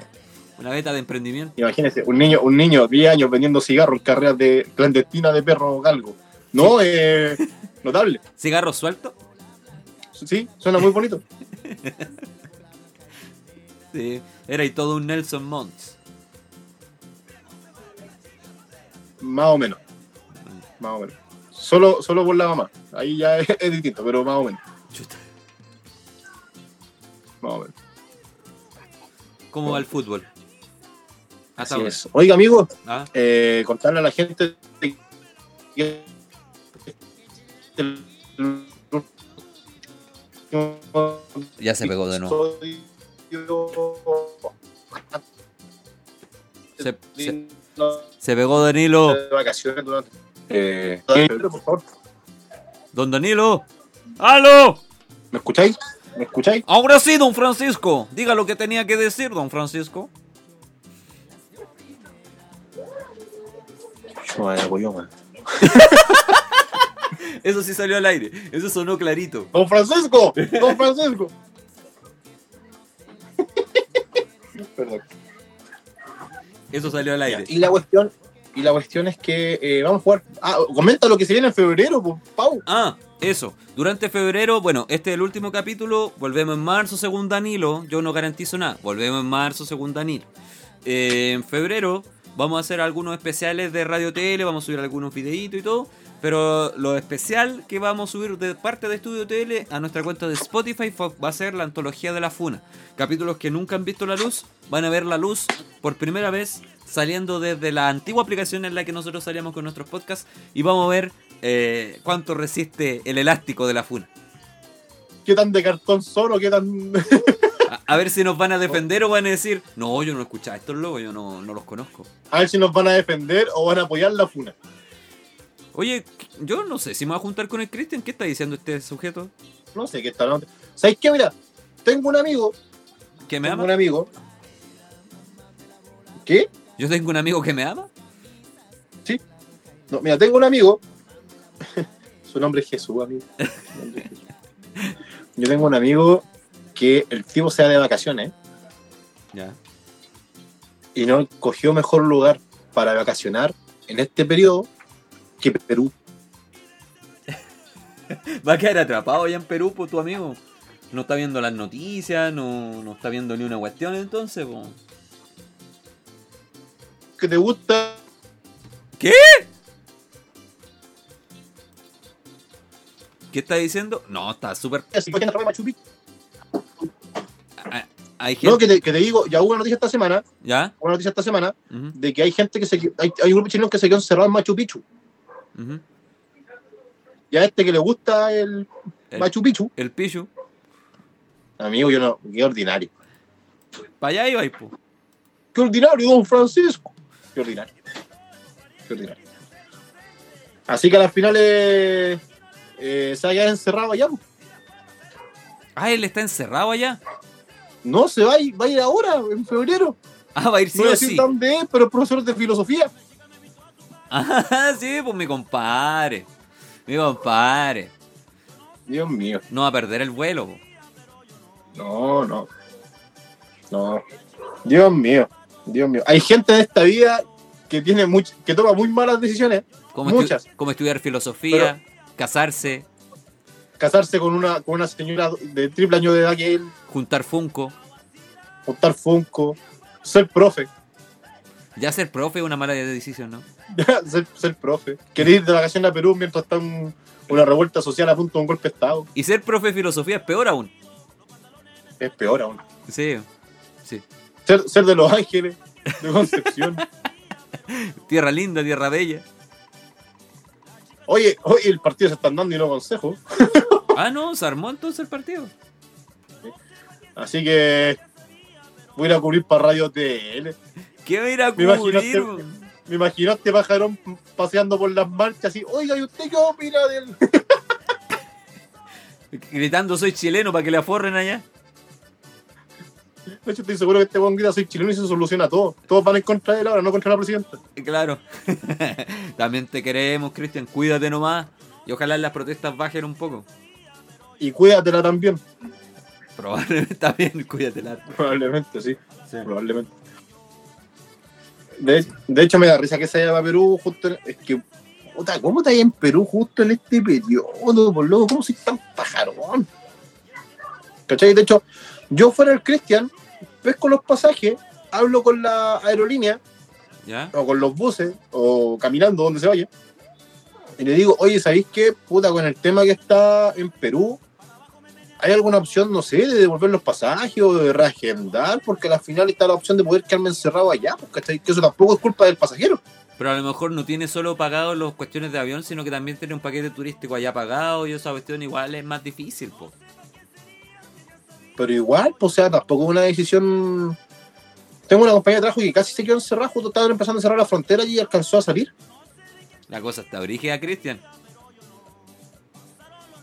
Speaker 4: Una beta de emprendimiento.
Speaker 3: Imagínese, un niño, un niño de 10 años vendiendo cigarros en carreras de clandestinas de perros galgo. No, eh, notable.
Speaker 4: Cigarro suelto.
Speaker 3: Sí, suena muy bonito.
Speaker 4: Sí. Era y todo un Nelson Monts.
Speaker 3: Más o menos. Más o menos. Solo, solo por la mamá. Ahí ya es, es distinto, pero más o menos.
Speaker 4: Chuta.
Speaker 3: Más o menos.
Speaker 4: ¿Cómo va el fútbol?
Speaker 3: Así
Speaker 4: Hasta ahora.
Speaker 3: es. Oiga, amigo,
Speaker 4: Ah,
Speaker 3: eh, contarle a la gente que el último
Speaker 4: ya se pegó de nuevo.
Speaker 3: episodio-
Speaker 4: Se, se-
Speaker 3: No,
Speaker 4: se pegó Danilo.
Speaker 3: de vacaciones durante. Eh, pero, por favor,
Speaker 4: Don Danilo. ¡Aló!
Speaker 3: ¿me escucháis? ¿Me escucháis?
Speaker 4: Ahora sí, don Francisco. Diga lo que tenía que decir, don Francisco.
Speaker 3: Madre, coyoma.
Speaker 4: Eso sí salió al aire. Eso sonó clarito.
Speaker 3: Don Francisco, Don Francisco. Perdón.
Speaker 4: Eso salió al aire.
Speaker 3: Y la cuestión, y la cuestión es que eh, vamos a jugar. Ah, comenta lo que se viene en febrero, po, Pau.
Speaker 4: Ah, eso. Durante febrero, bueno, este es el último capítulo. Volvemos en marzo según Danilo. Yo no garantizo nada. Volvemos en marzo según Danilo. Eh, en febrero Vamos a hacer algunos especiales de Radio Tele, vamos a subir algunos videitos y todo. Pero lo especial que vamos a subir de parte de Estudio Tele a nuestra cuenta de Spotify fo- va a ser la antología de la Funa. Capítulos que nunca han visto la luz van a ver la luz por primera vez saliendo desde la antigua aplicación en la que nosotros salíamos con nuestros podcasts. Y vamos a ver eh, cuánto resiste el elástico de la Funa.
Speaker 3: ¿Qué tan de cartón solo? ¿Qué tan.?
Speaker 4: A, a ver si nos van a defender o van a decir, no, yo no escuchaba estos lobos, yo no, no los conozco.
Speaker 3: A ver si nos van a defender o van a apoyar la funa.
Speaker 4: Oye, yo no sé si me voy a juntar con el Christian. ¿Qué está diciendo este sujeto?
Speaker 3: No sé qué está hablando. ¿Sabéis qué? Mira, tengo un amigo.
Speaker 4: ¿Que me
Speaker 3: Tengo
Speaker 4: ama?
Speaker 3: un amigo. ¿Qué?
Speaker 4: ¿Yo tengo un amigo que me ama?
Speaker 3: No, mira, tengo un amigo. Su nombre es Jesús, amigo. Su nombre es Jesús. Yo tengo un amigo que el tipo sea de vacaciones
Speaker 4: Ya.
Speaker 3: y no cogió mejor lugar para vacacionar en este periodo que Perú.
Speaker 4: Va a quedar atrapado ya en Perú, por tu amigo. No está viendo las noticias, no, no está viendo ni una cuestión entonces, po.
Speaker 3: Que te gusta.
Speaker 4: ¿Qué está diciendo? No, está súper...
Speaker 3: así que te roba Machu Picchu.
Speaker 4: Hay gente...
Speaker 3: No, que te, que te digo, ya hubo una noticia esta semana,
Speaker 4: ¿Ya?
Speaker 3: una noticia esta semana,
Speaker 4: Ujú,
Speaker 3: de que hay gente que se que- hay, hay un grupo chileno que se quedó encerrado en Machu Picchu.
Speaker 4: ujú.
Speaker 3: Y a este que le gusta el,
Speaker 4: El-
Speaker 3: Machu Picchu,
Speaker 4: El pichu.
Speaker 3: amigo, yo no, qué ordinario.
Speaker 4: Para allá iba, y, po.
Speaker 3: ¡Qué ordinario, don Francisco! ¡Qué ordinario! ¡Qué ordinario! Así que a las finales eh, se va a quedar encerrado allá. pues. po.
Speaker 4: Ah, él está encerrado allá.
Speaker 3: No, se va a ir, va a ir ahora, en febrero.
Speaker 4: Ah, va a ir sí
Speaker 3: no voy a
Speaker 4: o
Speaker 3: decir
Speaker 4: sí.
Speaker 3: dónde es, pero es profesor de filosofía.
Speaker 4: Ah, sí, pues mi compadre. Mi compadre.
Speaker 3: Dios mío.
Speaker 4: No va a perder el vuelo, po.
Speaker 3: No, no. No. Dios mío. Dios mío. Hay gente en esta vida que tiene much- que toma muy malas decisiones.
Speaker 4: Como, estu-
Speaker 3: Muchas.
Speaker 4: como estudiar filosofía, casarse,
Speaker 3: Casarse con una, con una señora de triple año de edad que él,
Speaker 4: juntar Funko.
Speaker 3: montar Funko, ser profe,
Speaker 4: Ya ser profe es una mala decisión, ¿no?
Speaker 3: ser, ser profe, querer ir de vacaciones a Perú mientras está un- una revuelta social a punto de un golpe de Estado.
Speaker 4: Y ser profe de filosofía es peor aún.
Speaker 3: Es peor aún.
Speaker 4: Sí, sí.
Speaker 3: Ser, ser de Los Ángeles, de Concepción.
Speaker 4: Tierra linda, tierra bella.
Speaker 3: Oye, hoy el partido se está andando y no consejo.
Speaker 4: Ah, no, se armó entonces el partido.
Speaker 3: Así que voy a ir a cubrir para Radio TL.
Speaker 4: ¿Qué va a ir a
Speaker 3: Me imagino
Speaker 4: cubrir?
Speaker 3: que-
Speaker 4: weón?
Speaker 3: Me imagino a este pajarón paseando por las marchas y, oiga, ¿y usted qué opina del.?
Speaker 4: Gritando soy chileno para que le aforren allá.
Speaker 3: De hecho, estoy seguro que este buen grita soy chileno y se soluciona todo. Todos van en contra de él ahora, no contra la presidenta.
Speaker 4: Eh, Claro. También te queremos, Cristian. Cuídate nomás. Y ojalá las protestas bajen un poco.
Speaker 3: Y cuídatela también.
Speaker 4: Probablemente también, cuídatela.
Speaker 3: Probablemente, sí.
Speaker 4: Sí.
Speaker 3: Probablemente. De, de hecho, me da risa que se haya ido a Perú justo en, Es que. puta, ¿Cómo está ahí en Perú justo en este periodo, por loco? ¿Cómo soy tan pajarón? ¿Cachai? De hecho, yo fuera el Cristian, pesco los pasajes, hablo con la aerolínea,
Speaker 4: ¿Ya?
Speaker 3: o con los buses, o caminando donde se vaya, y le digo, oye, ¿sabéis qué? Puta, con el tema que está en Perú, ¿hay alguna opción, no sé, de devolver los pasajes o de reagendar? Porque al final está la opción de poder quedarme encerrado allá, porque que eso tampoco es culpa del pasajero.
Speaker 4: Pero a lo mejor no tiene solo pagado las cuestiones de avión, sino que también tiene un paquete turístico allá pagado y esa cuestión igual es más difícil, po.
Speaker 3: Pero igual, pues, o sea, tampoco es una decisión... Tengo una compañía de trabajo que casi se quedó encerrada, justo estaban empezando a cerrar la frontera y alcanzó a salir.
Speaker 4: La cosa está brígida, Cristian.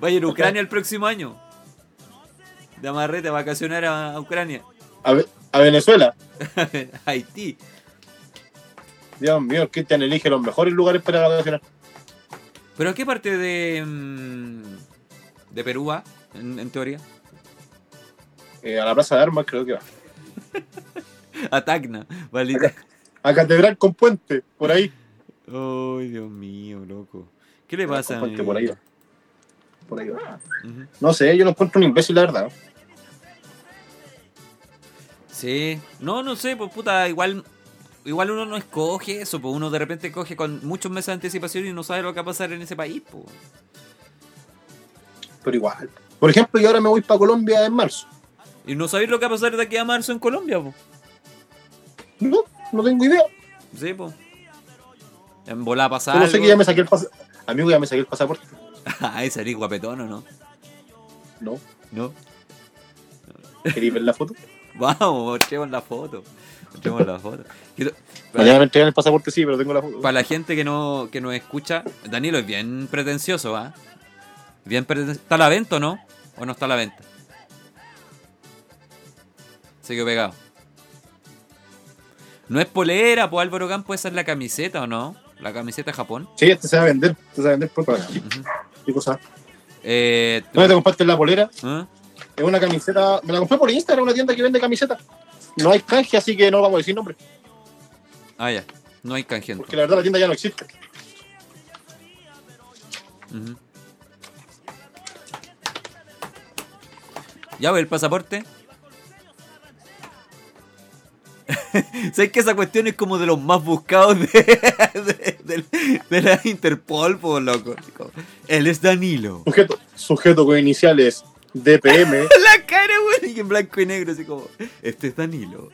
Speaker 4: Vaya en Ucrania el próximo año. De amarrete a vacacionar a a Ucrania.
Speaker 3: A, Ve- a Venezuela.
Speaker 4: Haití.
Speaker 3: Dios mío, el Cristian elige los mejores lugares para vacacionar.
Speaker 4: ¿Pero a qué parte de. mm, de Perú va, en, en teoría?
Speaker 3: Eh, a la Plaza de Armas creo que va.
Speaker 4: A Tacna, valita.
Speaker 3: A Catedral con Puente, por ahí.
Speaker 4: Ay, Dios mío, loco. ¿Qué le
Speaker 3: Pero
Speaker 4: pasa a
Speaker 3: componte,
Speaker 4: mi-
Speaker 3: por ahí va. Por ahí va.
Speaker 4: Ujú.
Speaker 3: No sé, yo lo encuentro un imbécil, la verdad.
Speaker 4: Sí. No, no sé, pues puta, igual igual uno no escoge eso, pues uno de repente coge con muchos meses de anticipación y no sabe lo que va a pasar en ese país, pues.
Speaker 3: Pero igual. Por ejemplo, yo ahora me voy para Colombia en marzo.
Speaker 4: Y no sabéis lo que va a pasar de aquí a marzo en Colombia, pues.
Speaker 3: No, no tengo idea.
Speaker 4: Sí, pues. En volada pasada.
Speaker 3: Solo sé que ya me saqué el pasaporte. Amigo, ya me saqué el pasaporte.
Speaker 4: Ay, salí guapetón o no.
Speaker 3: No.
Speaker 4: No.
Speaker 3: ¿Queréis ver la foto?
Speaker 4: Vamos, mostremos la foto. Mostremos la foto. Quiero-
Speaker 3: Mañana me entregan el pasaporte, sí, pero tengo la foto.
Speaker 4: Para la gente que no, que no escucha, Danilo es bien pretencioso, ¿ah? Bien pretencioso. ¿Está a la venta o no? ¿O no está a la venta? Sigue pegado. No es polera, pues Álvaro Campo, esa es la camiseta, ¿o no? La camiseta de Japón.
Speaker 3: Sí, este se va a vender. Este se va a vender por para acá. ¿Qué cosa?
Speaker 4: Eh,
Speaker 3: ¿Dónde te compraste la polera?
Speaker 4: ¿eh?
Speaker 3: Es una camiseta. Me la compré por Instagram, una tienda que vende camisetas. No hay canje, así que no vamos a decir nombre.
Speaker 4: Ah, ya. No hay canje.
Speaker 3: Porque la verdad la tienda ya no existe.
Speaker 4: Ujú. Ya, pues, el pasaporte. ¿Sabes que esa cuestión es como de los más buscados de, de, del- de la Interpol, po, loco? Como, Él es Danilo.
Speaker 3: Sujeto, sujeto con iniciales DPM.
Speaker 4: La cara, güey, y en blanco y negro, así como, este es Danilo.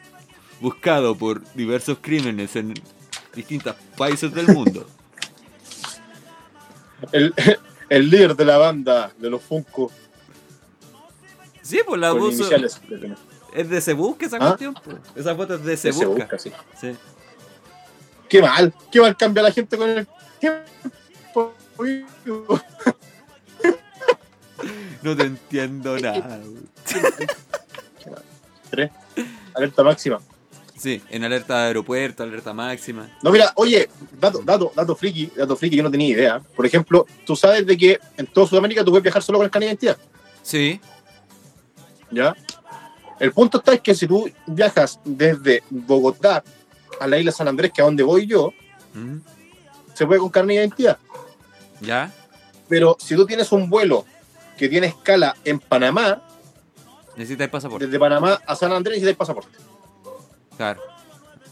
Speaker 4: Buscado por diversos crímenes en distintos países del mundo.
Speaker 3: el, el líder de la banda de los Funko
Speaker 4: Sí, pues la
Speaker 3: con
Speaker 4: abuso.
Speaker 3: iniciales DPM.
Speaker 4: Es de se busca esa
Speaker 3: ¿Ah?
Speaker 4: cuestión, po. Esa foto es de se,
Speaker 3: Se
Speaker 4: busca.
Speaker 3: busca, sí.
Speaker 4: Sí.
Speaker 3: Qué mal, qué mal cambia la gente con el tiempo. amigo.
Speaker 4: No te entiendo nada. güey.
Speaker 3: Tres. Alerta máxima.
Speaker 4: Sí, en alerta de aeropuerto, alerta máxima.
Speaker 3: No, mira, oye, dato, dato, dato friki, dato friki, yo no tenía idea. Por ejemplo, tú sabes de que en toda Sudamérica tú puedes viajar solo con el carnet de identidad,
Speaker 4: Sí,
Speaker 3: ¿ya? El punto está es que si tú viajas desde Bogotá a la isla San Andrés, que es a donde voy yo,
Speaker 4: mm,
Speaker 3: se puede con carnet de identidad.
Speaker 4: ya,
Speaker 3: Pero si tú tienes un vuelo que tiene escala en Panamá,
Speaker 4: necesitas el pasaporte.
Speaker 3: desde Panamá a San Andrés necesitas el pasaporte.
Speaker 4: Claro.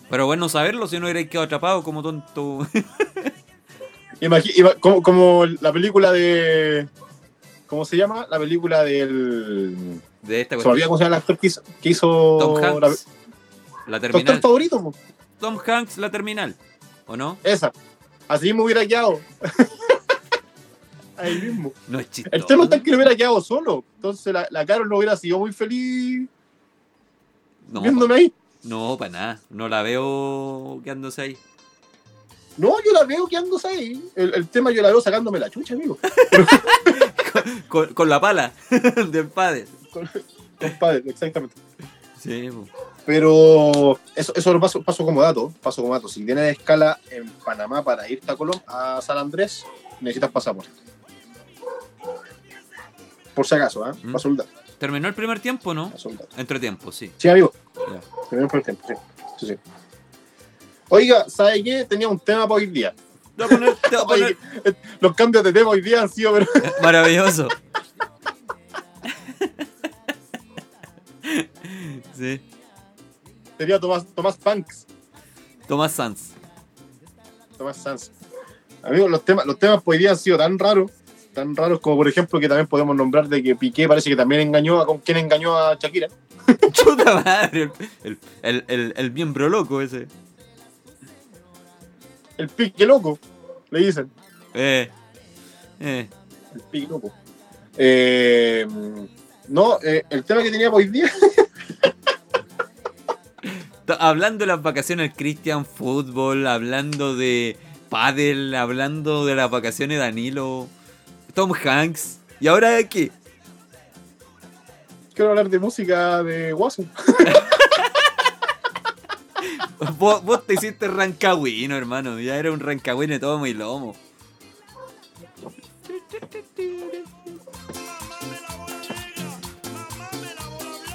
Speaker 4: Pero bueno, saberlo si no hubierais quedado atrapado como tonto.
Speaker 3: Imagi- ima- como, como la película de. ¿Cómo se llama? La película del.
Speaker 4: De esta
Speaker 3: Se me olvida
Speaker 4: cuestión.
Speaker 3: cómo se llama el actor que hizo. Que hizo
Speaker 4: Tom
Speaker 3: la-
Speaker 4: Hanks. La
Speaker 3: tu actor
Speaker 4: terminal.
Speaker 3: favorito, po.
Speaker 4: Tom Hanks, la terminal. ¿O no?
Speaker 3: esa. Así me hubiera quedado. Ahí mismo.
Speaker 4: No es chistoso.
Speaker 3: El tema está en que lo hubiera quedado solo. Entonces la, la Carol no hubiera sido muy feliz
Speaker 4: No,
Speaker 3: viéndome ahí.
Speaker 4: para nada. No la veo quedándose ahí.
Speaker 3: No, yo la veo quedándose ahí. El, el tema yo la veo sacándome la chucha, amigo.
Speaker 4: Con, con la pala de padre.
Speaker 3: Compadre, exactamente.
Speaker 4: Sí, po.
Speaker 3: Pero eso, eso lo paso, paso como dato, paso como dato. Si tienes escala en Panamá para irte a Colón, a San Andrés, necesitas pasaporte. Por si acaso, ¿ah?
Speaker 4: Mm.
Speaker 3: Paso el dato,
Speaker 4: Terminó el primer tiempo, ¿no?
Speaker 3: paso el dato.
Speaker 4: Entretiempo, sí.
Speaker 3: Sí, amigo.
Speaker 4: Ya.
Speaker 3: Primero por el tiempo, sí. Sí, sí. Oiga, ¿sabe qué? Tenía un tema para hoy día.
Speaker 4: Te voy a poner- te voy a
Speaker 3: Oye,
Speaker 4: poner-
Speaker 3: los cambios de tema hoy día han sido, pero
Speaker 4: Maravilloso. Sí.
Speaker 3: sería Tomás, Tomás Punks,
Speaker 4: Tomás Sanz.
Speaker 3: Tomás Sanz. Amigo, los temas, los temas por hoy día han sido tan raros, tan raros como por ejemplo que también podemos nombrar de que Piqué parece que también engañó a con quien engañó a Shakira.
Speaker 4: Chuta madre. El, el, el, el miembro loco ese.
Speaker 3: El pique loco, le dicen.
Speaker 4: Eh. Eh.
Speaker 3: El pique loco. Eh, no, eh, el tema que tenía hoy día.
Speaker 4: Ta- Hablando de las vacaciones Christian Football, hablando de Paddle, hablando de las vacaciones de Danilo, Tom Hanks. ¿Y ahora qué?
Speaker 3: Quiero hablar de música de Guaso.
Speaker 4: Vos, vos te hiciste rancagüino, hermano. Ya era un rancagüino de todo mi lomo.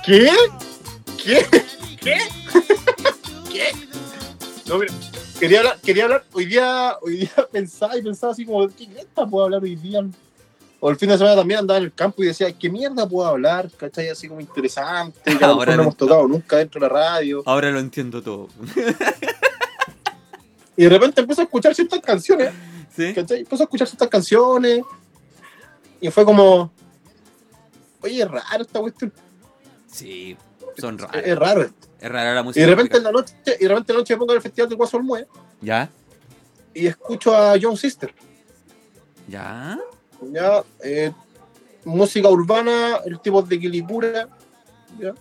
Speaker 3: ¿Qué? ¿Qué? ¿Qué? ¿Qué? No, mira, quería hablar, quería hablar, hoy día, hoy día pensaba y pensaba así como, ¿qué mierda puedo hablar hoy día? O el fin de semana también andaba en el campo y decía, ¿qué mierda puedo hablar? ¿Cachai? Así como interesante, que a lo
Speaker 4: Ahora
Speaker 3: mejor no
Speaker 4: no-
Speaker 3: hemos tocado nunca dentro de la radio.
Speaker 4: Ahora lo entiendo todo.
Speaker 3: Y de repente empiezo a escuchar ciertas canciones.
Speaker 4: ¿Sí?
Speaker 3: ¿cachai? Empezó a escuchar ciertas canciones. Y fue como. Oye, es raro esta cuestión.
Speaker 4: Sí, son
Speaker 3: Es,
Speaker 4: raras.
Speaker 3: raro esto.
Speaker 4: Es rara la música.
Speaker 3: Y de repente en
Speaker 4: tropical.
Speaker 3: la noche, y de repente en la noche me pongo en el festival del Guaso del Mue
Speaker 4: ¿Ya?
Speaker 3: y escucho a John Sister.
Speaker 4: ¿Ya?
Speaker 3: ¿ya? Eh, música urbana, el tipo de Quilipura, ¿ya?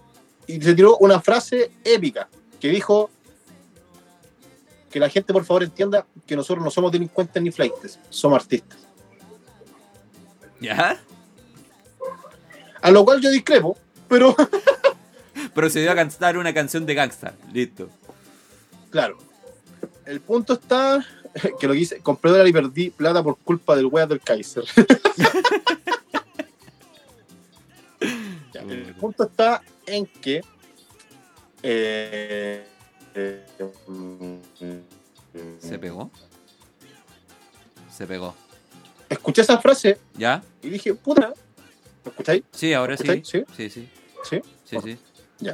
Speaker 3: y se tiró una frase épica que dijo que la gente por favor entienda que nosotros no somos delincuentes ni flaites, somos artistas.
Speaker 4: ¿Ya?
Speaker 3: A lo cual yo discrepo, pero
Speaker 4: Procedió a cantar una canción de gangsta. Listo.
Speaker 3: claro, el punto está que lo que hice, compré dólar y perdí plata por culpa del weas del Kaiser. Ya,
Speaker 4: Mm.
Speaker 3: el punto está en que eh, eh, mm,
Speaker 4: ¿Se pegó? Se pegó.
Speaker 3: escuché esa frase
Speaker 4: ¿Ya?
Speaker 3: y dije, puta, ¿me escucháis?
Speaker 4: Sí, ahora sí.
Speaker 3: ¿Estáis?
Speaker 4: Sí,
Speaker 3: ¿Sí?
Speaker 4: sí. Sí,
Speaker 3: ¿Sí?
Speaker 4: sí.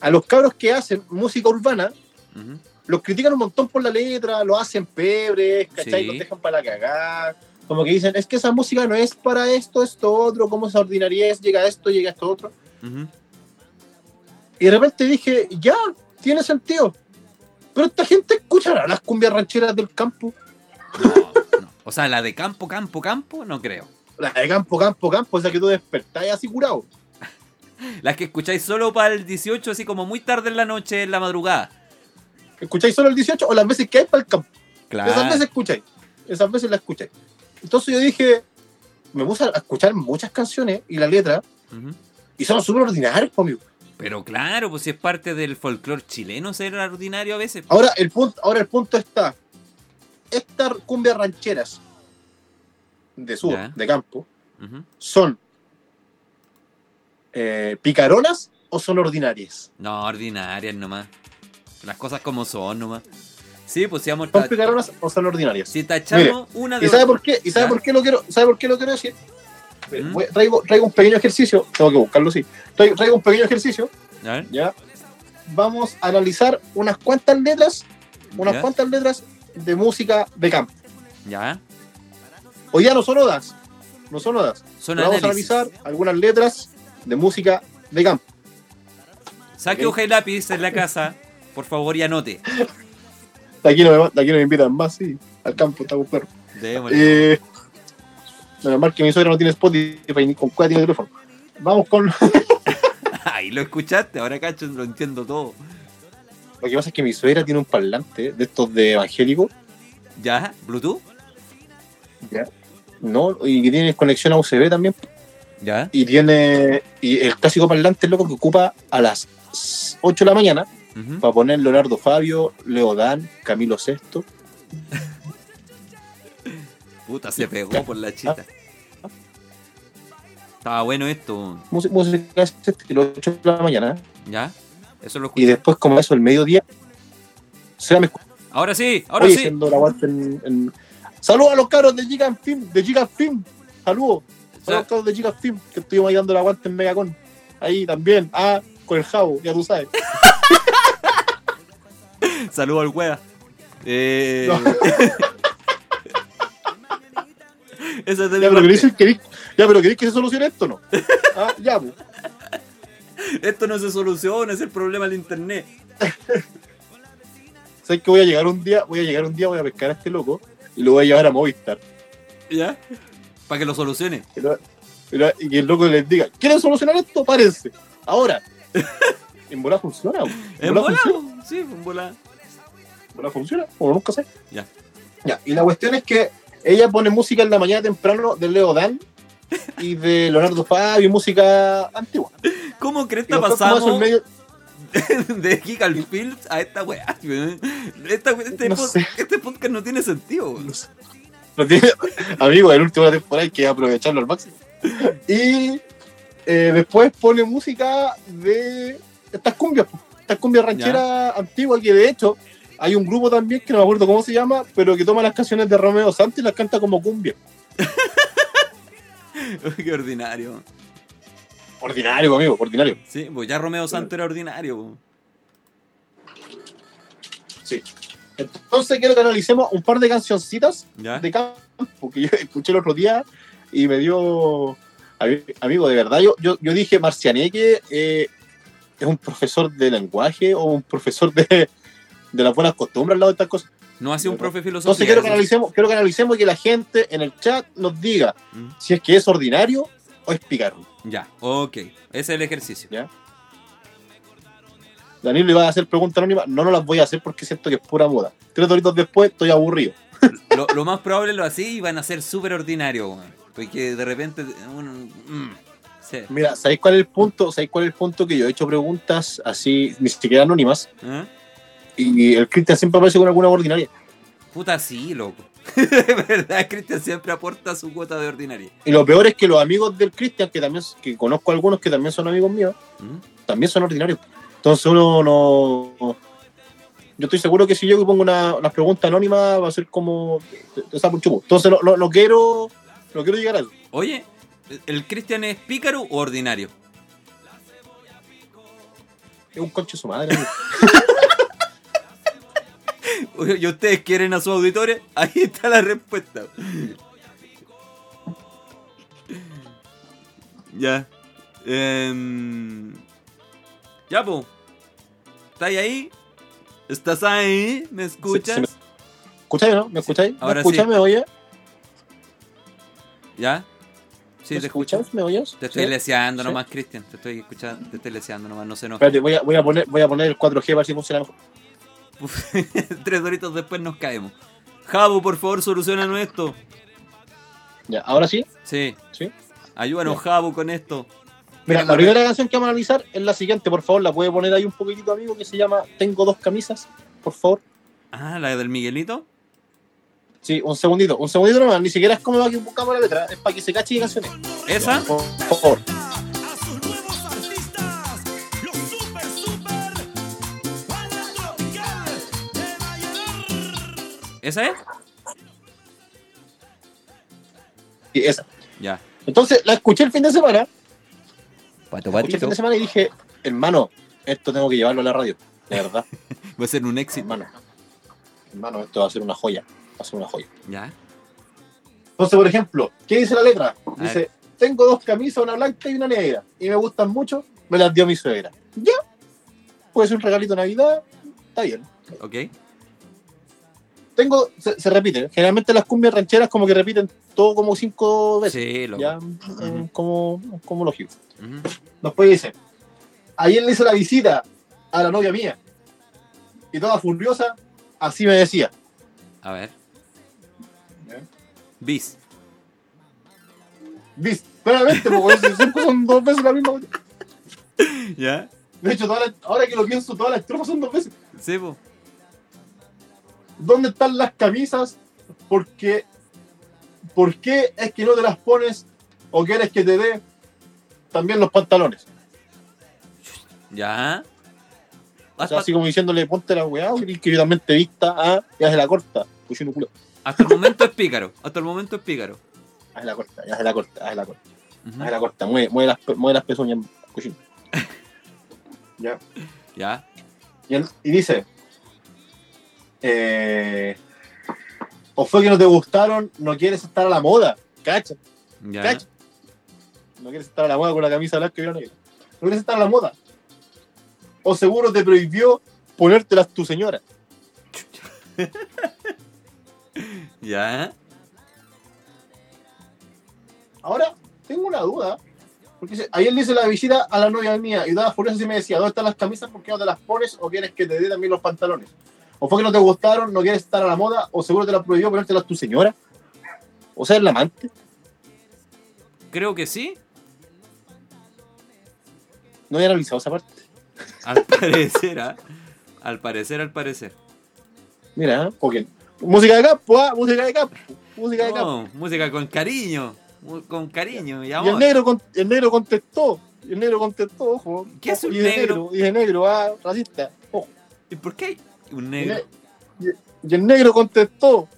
Speaker 3: A los cabros que hacen música urbana,
Speaker 4: Ujú.
Speaker 3: los critican un montón por la letra, lo hacen pebres, ¿cachai?
Speaker 4: Sí.
Speaker 3: Los dejan para la cagada. Como que dicen, es que esa música no es para esto, esto, otro, cómo esa ordinariez, llega esto, llega esto, otro.
Speaker 4: Ujú.
Speaker 3: Y de repente dije, ya, tiene sentido. Pero esta gente escuchará las cumbias rancheras del campo.
Speaker 4: No, no. O sea, la de campo, campo, campo, no creo.
Speaker 3: La de campo, campo, campo, o sea que tú despertáis así curado.
Speaker 4: Las que escucháis solo para el 18, así como muy tarde en la noche, en la madrugada.
Speaker 3: ¿Escucháis solo el 18 o las veces que hay para el campo? Esas veces
Speaker 4: Claro.
Speaker 3: escucháis. Esas veces la escucháis. Entonces yo dije, me puse a escuchar muchas canciones y la letra,
Speaker 4: Ujú.
Speaker 3: y son súper ordinarias, po, amigo.
Speaker 4: Pero claro, pues si es parte del folclore chileno ser ordinario a veces.
Speaker 3: Ahora el punto, ahora el punto está. Estas cumbias rancheras de sur,
Speaker 4: Ya.
Speaker 3: de campo,
Speaker 4: Ujú.
Speaker 3: son eh, picaronas o son ordinarias.
Speaker 4: No, ordinarias nomás. Las cosas como son nomás. Sí, pues si vamos
Speaker 3: Son
Speaker 4: ta-
Speaker 3: picaronas o son ordinarias.
Speaker 4: Si tachamos una de
Speaker 3: ¿Y sabe por qué? ¿Y sabe
Speaker 4: Ya.
Speaker 3: por qué lo quiero? ¿Sabe por qué lo quiero decir? Mire,
Speaker 4: ¿Mm?
Speaker 3: voy- traigo, traigo un pequeño ejercicio, tengo que buscarlo sí. Traigo, traigo un pequeño ejercicio,
Speaker 4: A ver,
Speaker 3: ya. Vamos a analizar unas cuantas letras, unas
Speaker 4: Ya.
Speaker 3: cuantas letras de música de campo.
Speaker 4: ya.
Speaker 3: Hoy ya no son odas, no son odas.
Speaker 4: Son
Speaker 3: Pero vamos a
Speaker 4: análisis.
Speaker 3: analizar algunas letras de música de campo.
Speaker 4: Saque
Speaker 3: Ok.
Speaker 4: hoja y lápiz en la casa, por favor, y anote.
Speaker 3: De aquí no me, de aquí no me invitan más, sí. Al campo, está buscando.
Speaker 4: Démosle.
Speaker 3: Eh, menos mal que mi suegra no tiene Spotify ni con cuál tiene teléfono. Vamos con. Lo
Speaker 4: Ay, lo escuchaste, ahora cacho, lo entiendo todo.
Speaker 3: que pasa es que mi suegra tiene un parlante de estos de evangélico,
Speaker 4: ¿Ya? ¿Bluetooth?
Speaker 3: ¿no? Y que tiene conexión a USB también.
Speaker 4: ¿Ya?
Speaker 3: Y tiene. Y el clásico parlante loco que ocupa a las 8 de la mañana
Speaker 4: Ujú.
Speaker 3: para poner Leonardo Fabio, Leodán, Camilo VI.
Speaker 4: Puta, se pegó por la chita. Estaba bueno esto.
Speaker 3: música- Música de este estilo, 8 de la mañana.
Speaker 4: ¿Ya? Eso lo
Speaker 3: Y
Speaker 4: escuché.
Speaker 3: después, como eso, el mediodía. Se me
Speaker 4: Ahora sí, ahora
Speaker 3: Oye,
Speaker 4: sí.
Speaker 3: siendo la guata en, en- Saludos a los cabros de Gigan Film, de Gigan Film. Saludos
Speaker 4: O
Speaker 3: a los
Speaker 4: sea,
Speaker 3: cabros de Gigan Film, que estuvimos ahí dando la guanta en Megacon. Ahí también, ah, con el jabo, ya tú sabes.
Speaker 4: Saludo al wea. Eh...
Speaker 3: No.
Speaker 4: Esa es de mi
Speaker 3: Ya, pero
Speaker 4: parte.
Speaker 3: queréis, queréis- ya, pero queréis que se solucione esto, ¿no? Ah, ya, pues.
Speaker 4: Esto no se soluciona, es el problema del internet.
Speaker 3: Sabes que voy a llegar un día, voy a llegar un día, voy a pescar a este loco y lo voy a llevar a Movistar.
Speaker 4: ¿Ya? Para que lo solucione.
Speaker 3: Y, lo- y lo- y que el loco les diga, ¿quieren solucionar esto? Párense. Ahora. En bola funciona, pues.
Speaker 4: En
Speaker 3: bola
Speaker 4: volá,
Speaker 3: funciona.
Speaker 4: po. sí, en volá.
Speaker 3: no funciona, o nunca sé.
Speaker 4: Ya.
Speaker 3: Ya, y la cuestión es que ella pone música en la mañana temprano de Leo Dan y de Leonardo Fabio, música antigua.
Speaker 4: ¿Cómo crees
Speaker 3: Y
Speaker 4: que
Speaker 3: después como eso en
Speaker 4: pasamos
Speaker 3: medio-
Speaker 4: de Gigal Fields a esta weá? Esta- este,
Speaker 3: No
Speaker 4: pod-
Speaker 3: sé.
Speaker 4: este podcast no tiene sentido. weón.
Speaker 3: no tiene- amigo, el último de la temporada hay que aprovecharlo al máximo. Y eh, después pone música de estas cumbias, po, estas cumbias rancheras antiguas que de hecho hay un grupo también que no me acuerdo cómo se llama, pero que toma las canciones de Romeo Santos y las canta como cumbia.
Speaker 4: Qué ordinario.
Speaker 3: Ordinario, amigo, ordinario.
Speaker 4: Sí, pues ya Romeo Santo era ordinario. po.
Speaker 3: Sí. Entonces quiero que analicemos un par de cancioncitas
Speaker 4: ¿Ya?
Speaker 3: de campo que yo escuché el otro día y me dio. ami- Amigo, de verdad, yo, yo, yo dije Marcianeque eh, es un profesor de lenguaje o un profesor de, de las buenas costumbres al lado de estas cosas.
Speaker 4: No ha sido un profe de
Speaker 3: Entonces
Speaker 4: filosofía.
Speaker 3: quiero que,
Speaker 4: eso.
Speaker 3: analicemos, quiero que analicemos y que la gente en el chat nos diga
Speaker 4: Mm,
Speaker 3: si es que es ordinario o es picarón.
Speaker 4: Ya, ok. Ese es el ejercicio.
Speaker 3: Danilo iba a hacer preguntas anónimas, no, no las voy a hacer porque siento que es pura moda. Tres doritos después estoy aburrido.
Speaker 4: Lo, lo más probable lo así y van a ser súper ordinarios, weón. Porque de repente. Uno, mm, sí.
Speaker 3: Mira, ¿sabéis cuál es el punto? ¿Sabéis cuál es el punto que yo he hecho preguntas así, ni siquiera anónimas?
Speaker 4: ¿Ah?
Speaker 3: Y el Cristian siempre aparece con alguna ordinaria.
Speaker 4: Puta, sí, loco. de verdad, Cristian siempre aporta su cuota de ordinaria.
Speaker 3: Y lo peor es que los amigos del Cristian, que también que conozco algunos que también son amigos míos,
Speaker 4: ¿Mm?
Speaker 3: también son ordinarios. Entonces uno no. Yo estoy seguro que si yo pongo una, una pregunta anónima va a ser como. te saco un chupo. Entonces no, no, no quiero. No quiero llegar a eso.
Speaker 4: Oye, ¿el Cristian es pícaro o ordinario?
Speaker 3: Es un conche su madre. amigo.
Speaker 4: ¿Y ustedes quieren a sus auditores? Ahí está la respuesta. ya. Em, ya, po. ¿Estáis ahí? ¿Estás ahí? ¿Me escuchas?
Speaker 3: se me- ¿Escucháis o no? ¿Me escucháis? ¿Me
Speaker 4: ahora
Speaker 3: escucháis?
Speaker 4: sí.
Speaker 3: ¿Me oyes?
Speaker 4: ¿Ya? Sí,
Speaker 3: ¿Me
Speaker 4: te escucho.
Speaker 3: escuchas? ¿Me oyes?
Speaker 4: Te estoy
Speaker 3: Sí.
Speaker 4: leseando
Speaker 3: Sí.
Speaker 4: nomás, Cristian. Te estoy escuchando, te estoy leseando nomás, no se nos.
Speaker 3: Espérate, voy a, voy, a poner, voy a poner el 4G para ver si funciona mejor.
Speaker 4: Tres doritos después nos caemos. Jabu, por favor, solucionanos esto.
Speaker 3: Ya, ahora sí.
Speaker 4: Sí.
Speaker 3: Sí.
Speaker 4: Ayúdanos,
Speaker 3: Ya.
Speaker 4: Jabu, con esto.
Speaker 3: Mira,
Speaker 4: Mira,
Speaker 3: la
Speaker 4: la-
Speaker 3: primera canción que vamos a analizar es la siguiente, por favor. La puede poner ahí un poquitito, amigo, que se llama Tengo dos camisas, por favor.
Speaker 4: Ah, la del Miguelito.
Speaker 3: Sí, un segundito, un segundito nomás. Ni siquiera es como para que buscamos la letra, es para que se cache y canciones.
Speaker 4: ¿Esa?
Speaker 3: Por favor.
Speaker 2: A sus nuevos artistas, los super super banda tropical de Valladolid.
Speaker 4: ¿Esa es?
Speaker 3: Sí, esa.
Speaker 4: Ya.
Speaker 3: Entonces, la escuché el fin de semana.
Speaker 4: Pato
Speaker 3: Escuché el fin de semana y dije, hermano, esto tengo que llevarlo a la radio. De verdad,
Speaker 4: Va a ser un éxito.
Speaker 3: hermano. Hermano, esto va a ser una joya. Va a ser una joya.
Speaker 4: Ya.
Speaker 3: Entonces, por ejemplo, ¿qué dice la letra?
Speaker 4: A ver.
Speaker 3: Dice, tengo dos camisas, una blanca y una negra, y me gustan mucho, me las dio mi suegra. Ya, puede ser un regalito de Navidad, está bien.
Speaker 4: Ok.
Speaker 3: Tengo, se, se repite, generalmente las cumbias rancheras como que repiten todo como cinco veces,
Speaker 4: Sí, loco.
Speaker 3: ya, eh, como, como lógico.
Speaker 4: Ujú.
Speaker 3: Después dice, ayer le hice la visita a la novia mía, y toda furiosa, así me decía.
Speaker 4: A ver.
Speaker 3: Ya.
Speaker 4: Bis.
Speaker 3: Viste, claramente, porque siempre son dos veces la misma.
Speaker 4: ¿Ya?
Speaker 3: De hecho, toda la- ahora que lo pienso, todas las estrofas son dos veces.
Speaker 4: Sí, po.
Speaker 3: ¿Dónde están las camisas? Porque, ¿Por qué es que no te las pones o quieres que te dé también los pantalones?
Speaker 4: Ya.
Speaker 3: O
Speaker 4: Hasta,
Speaker 3: sea, así como diciéndole, ponte la weá, y que yo también te vista, ah, ya se la corta, cochino culo,
Speaker 4: hasta el momento es pícaro. Hasta el momento es pícaro.
Speaker 3: haz la corta, ya se la corta, haz la corta,
Speaker 4: Ujú.
Speaker 3: haz la corta, mueve, mueve, las, pe- mueve las pezuñas, cochino. ya.
Speaker 4: Ya.
Speaker 3: Y, él- y dice, eh, o fue que no te gustaron, no quieres estar a la moda, cacha.
Speaker 4: Ya.
Speaker 3: ¿Cacha? No quieres estar a la moda con la camisa blanca y la negra. No quieres estar a la moda. O seguro te prohibió ponértelas tu señora.
Speaker 4: Ya.
Speaker 3: Ahora, tengo una duda. Porque dice, ayer le hice la visita a la novia mía y daba furiosa y me decía, ¿dónde están las camisas? ¿Por qué no te las pones? ¿O quieres que te dé también los pantalones? ¿O fue que no te gustaron? ¿No quieres estar a la moda? ¿O seguro te las prohibió ponértelas tu señora? O sea, el amante.
Speaker 4: Creo que sí.
Speaker 3: No había analizado esa parte.
Speaker 4: Al parecer, ¿ah? Al parecer, al parecer.
Speaker 3: Mira, ¿eh? porque... Música de campo, ah, música de campo, música de campo.
Speaker 4: No, música con cariño. mu- Con cariño y
Speaker 3: Y el
Speaker 4: amor.
Speaker 3: negro, con- el negro contestó. y El negro contestó, ojo.
Speaker 4: ¿Qué es un
Speaker 3: y de
Speaker 4: negro?
Speaker 3: Y de negro, ah, racista. Ojo.
Speaker 4: ¿Y por qué hay un
Speaker 3: Y,
Speaker 4: negro?
Speaker 3: ne- y- y el negro contestó.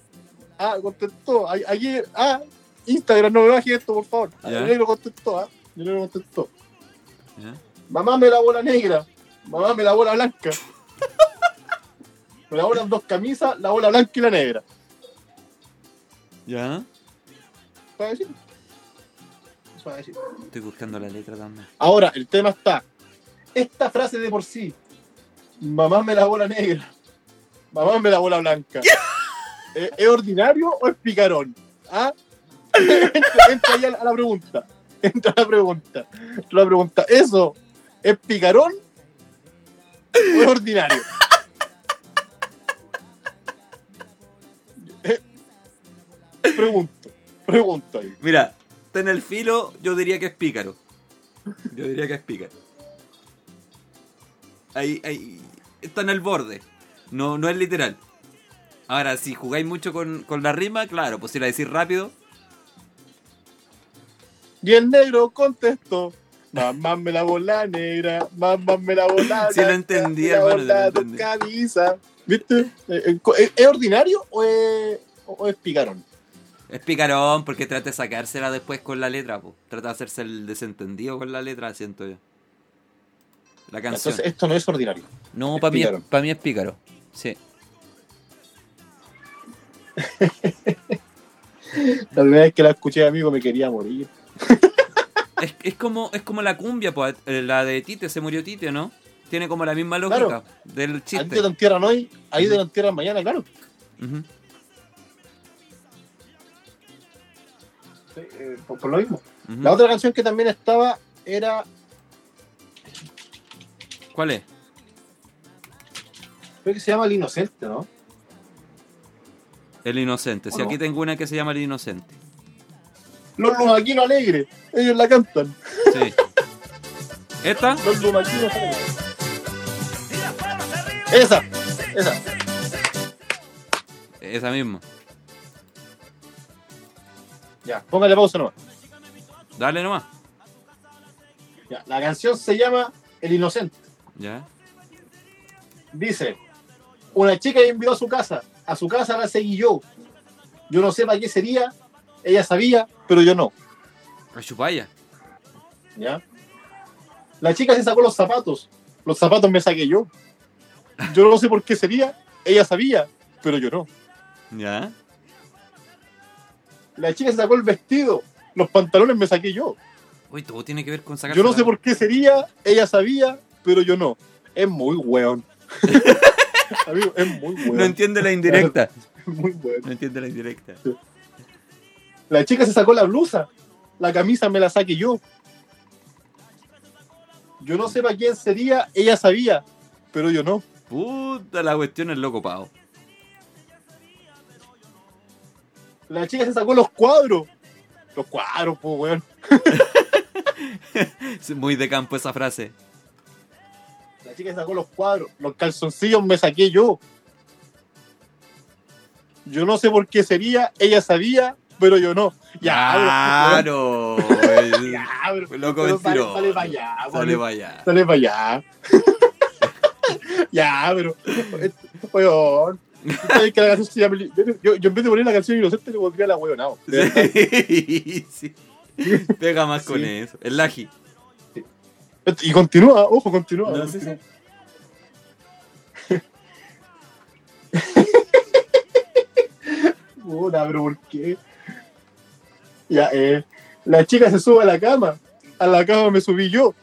Speaker 3: Ah, contestó. a- Ayer, ah, Instagram, no me bajes esto, por favor. Ah,
Speaker 4: Ya.
Speaker 3: El negro contestó, ah. El negro contestó.
Speaker 4: ¿Ya?
Speaker 3: Mamá me la bola negra. Mamá me la bola blanca. Colaboran dos camisas, la bola blanca y la negra.
Speaker 4: ¿Ya?
Speaker 3: Suavecito. Suavecito.
Speaker 4: Estoy buscando la letra también.
Speaker 3: Ahora, el tema está. Esta frase de por sí. Mamá me la bola negra. Mamá me la bola blanca. ¿Es, es ordinario o es picarón? ¿Ah? entra, entra ahí a la, a la pregunta. Entra la pregunta. Entra la pregunta. ¿Eso es picarón o es ordinario? Eh, Pregunto, pregunto ahí.
Speaker 4: Mira, está en el filo, yo diría que es pícaro. Yo diría que es pícaro. Ahí, ahí. Está en el borde. No, no es literal. Ahora, si jugáis mucho con, con la rima, claro, pues si la decís rápido.
Speaker 3: Y el negro contestó: Mamá me la bola negra, mamá me la bola
Speaker 4: Sí, lo
Speaker 3: blanca,
Speaker 4: entendí,
Speaker 3: me la
Speaker 4: hermano, sí lo
Speaker 3: bola dos
Speaker 4: entendí.
Speaker 3: camisas. ¿Viste? Eh, eh, co- ¿Es, es ordinario o es, o- o es picarón?
Speaker 4: Es picarón porque trata de sacársela después con la letra, po. Trata de hacerse el desentendido con la letra, siento yo. La canción.
Speaker 3: Entonces, esto no es ordinario.
Speaker 4: no,
Speaker 3: es
Speaker 4: para mí,
Speaker 3: pícaro.
Speaker 4: para mí es pícaro. Sí.
Speaker 3: La primera vez que la escuché, amigo, me quería morir.
Speaker 4: Es, es como, es como la cumbia, po, eh, la de Tite, se murió Tite, ¿no? Tiene como la misma lógica
Speaker 3: Claro.
Speaker 4: del
Speaker 3: Ahí
Speaker 4: chiste.
Speaker 3: te lo entierran hoy, ahí
Speaker 4: Ujú.
Speaker 3: te lo entierran mañana, claro.
Speaker 4: Ujú.
Speaker 3: Sí, eh, por, por lo mismo.
Speaker 4: Ujú.
Speaker 3: La otra canción que también estaba era.
Speaker 4: ¿Cuál es?
Speaker 3: Creo que se llama El Inocente, ¿no?
Speaker 4: El inocente. Si
Speaker 3: ¿O no?
Speaker 4: aquí tengo una que se llama El inocente.
Speaker 3: Los Lumaquinos Alegres. Ellos la cantan.
Speaker 4: Sí. ¿Esta?
Speaker 3: Los Lumaquinos Alegres.
Speaker 2: Y las palmas arriba.
Speaker 3: Esa, esa.
Speaker 4: Esa misma.
Speaker 3: Ya, póngale pausa nomás.
Speaker 4: Dale nomás.
Speaker 3: Ya, la canción se llama El Inocente.
Speaker 4: Ya.
Speaker 3: Dice, una chica invitó a su casa, a su casa la seguí yo. Yo no sé para qué sería, ella sabía, pero yo no.
Speaker 4: La chupalla.
Speaker 3: ¿ya? La chica se sacó los zapatos, los zapatos me saqué yo. Yo no sé por qué sería, ella sabía, pero yo no.
Speaker 4: Ya.
Speaker 3: La chica se sacó el vestido, los pantalones me saqué yo.
Speaker 4: Uy, todo tiene que ver con sacar.
Speaker 3: Yo no sé por qué sería, ella sabía, pero yo no. Es muy weón. Amigo, es muy weón.
Speaker 4: No entiende la indirecta.
Speaker 3: es muy weón.
Speaker 4: No entiende la indirecta.
Speaker 3: La chica se sacó la blusa. La camisa me la saqué yo. Yo no sé para quién sería, ella sabía, pero yo no.
Speaker 4: Puta, la cuestión es loco pavo.
Speaker 3: La chica se sacó los cuadros. Los cuadros, po, weón.
Speaker 4: Es muy de campo esa frase.
Speaker 3: La chica se sacó los cuadros. Los calzoncillos me saqué yo. Yo no sé por qué sería, ella sabía, pero yo no. Ya, bro,
Speaker 4: Claro.
Speaker 3: weón.
Speaker 4: weón.
Speaker 3: Ya, bro.
Speaker 4: loco
Speaker 3: Pero sale-
Speaker 4: Ah, mentiroso.
Speaker 3: Sale para allá,
Speaker 4: Sale
Speaker 3: weón.
Speaker 4: para allá.
Speaker 3: Sale para allá. ya, pero. Weón. ¿Sabes que la canción se llama El- yo, yo- yo en vez de poner la canción inocente le pondría la weonao.
Speaker 4: Sí, sí. Pega más con
Speaker 3: Sí.
Speaker 4: eso. El laji.
Speaker 3: Y continúa, ojo, continúa.
Speaker 4: No, sí,
Speaker 3: continúa. Puta, pero ¿por qué? Ya, eh, la chica se sube a la cama. A la cama me subí yo.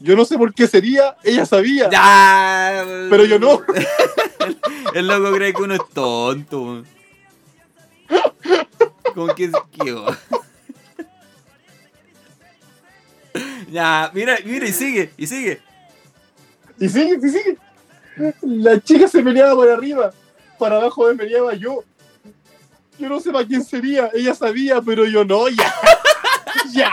Speaker 3: Yo no sé por qué sería, ella sabía.
Speaker 4: Ya.
Speaker 3: Pero yo no.
Speaker 4: El loco cree que uno es tonto. ¿Con qué qué va? Ya, mira, mira, y sigue, y sigue.
Speaker 3: Y sigue, y sigue. La chica se peleaba para arriba. Para abajo me peleaba yo. Yo no sé para quién sería. Ella sabía, pero yo no. Ya. ya.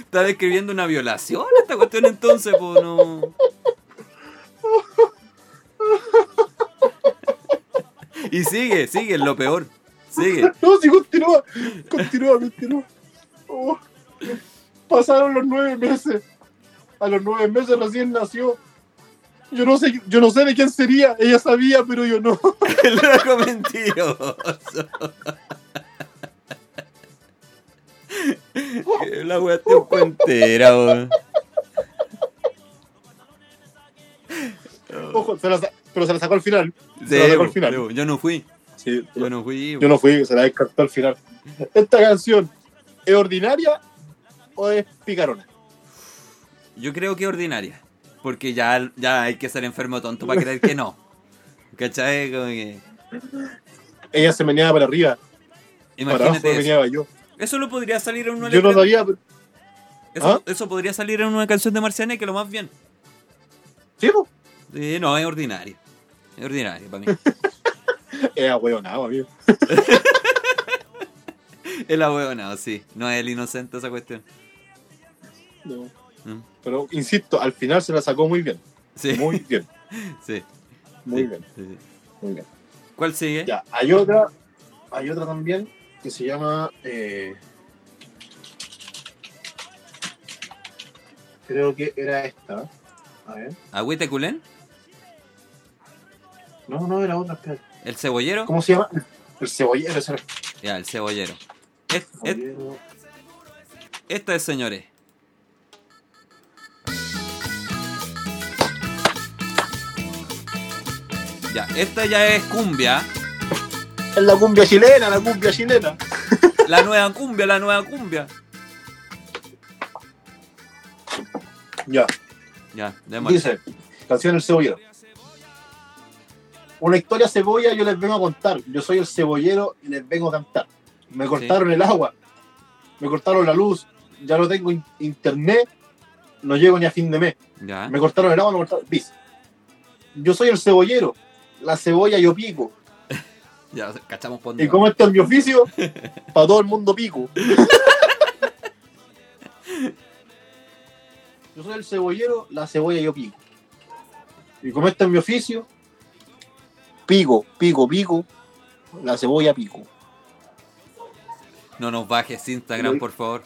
Speaker 4: Está describiendo una violación esta cuestión entonces, pues no. Y sigue, sigue, es lo peor. Sigue.
Speaker 3: No, si continúa. Continúa, continúa. Oh. Pasaron los nueve meses. A los nueve meses recién nació. Yo no sé, yo no sé de quién sería. Ella sabía, pero yo no.
Speaker 4: El loco mentiroso. La wea te cuentera, weón.
Speaker 3: ojo, se la, sa- pero se la sacó al final. Se la
Speaker 4: Sí,
Speaker 3: sacó al
Speaker 4: bo,
Speaker 3: final.
Speaker 4: sí, bo, yo no fui.
Speaker 3: Sí,
Speaker 4: Yo no fui. bo.
Speaker 3: yo no fui, se la descartó al final. ¿Esta canción es ordinaria o es picarona?
Speaker 4: Yo creo que ordinaria. Porque ya, ya hay que ser enfermo tonto para creer que no. ¿Cachai? Como que-
Speaker 3: Ella se meneaba para arriba, para abajo
Speaker 4: Imagínate.
Speaker 3: me
Speaker 4: eso.
Speaker 3: meneaba yo.
Speaker 4: Eso lo podría salir en una
Speaker 3: Yo no
Speaker 4: letra-
Speaker 3: sabía, pero-
Speaker 4: eso,
Speaker 3: ¿Ah?
Speaker 4: eso podría salir en una canción de Marciané que lo más bien.
Speaker 3: sí, po.
Speaker 4: Eh, no, es ordinaria. Es ordinaria para mí.
Speaker 3: Era hueonado, amigo.
Speaker 4: es la huevona, sí. No es el inocente esa cuestión.
Speaker 3: No.
Speaker 4: Mm.
Speaker 3: Pero insisto, al final se la sacó muy bien.
Speaker 4: Sí,
Speaker 3: Muy bien,
Speaker 4: sí,
Speaker 3: muy
Speaker 4: sí, ¿Eh?
Speaker 3: bien,
Speaker 4: sí, sí.
Speaker 3: muy bien.
Speaker 4: ¿Cuál sigue?
Speaker 3: Ya, hay otra, hay otra también que se llama. eh, creo que era esta. A ver.
Speaker 4: Agüita culén,
Speaker 3: No, no, era otra. espera.
Speaker 4: el cebollero.
Speaker 3: ¿Cómo se llama? El cebollero, ese era el
Speaker 4: Ya, el cebollero. Es- es-
Speaker 3: cebollero.
Speaker 4: esta es, señores. Ya, esta ya es cumbia.
Speaker 3: Es la cumbia chilena, la cumbia chilena.
Speaker 4: La nueva cumbia, la nueva cumbia.
Speaker 3: Ya,
Speaker 4: Ya, démosle.
Speaker 3: dice, canción El cebollero. Una historia cebolla yo les vengo a contar. Yo soy el cebollero y les vengo a cantar. Me cortaron el agua, me cortaron la luz, ya no tengo in- internet, no llego ni a fin de mes.
Speaker 4: Ya,
Speaker 3: Me cortaron el agua, me cortaron. Dice, yo soy el cebollero, la cebolla yo pico.
Speaker 4: ya, cachamos por
Speaker 3: Y como este es mi oficio, para todo el mundo pico. Yo soy el cebollero, la cebolla yo pico. Y como este es mi oficio, pico, pico, pico, la cebolla pico.
Speaker 4: No nos bajes Instagram, por favor.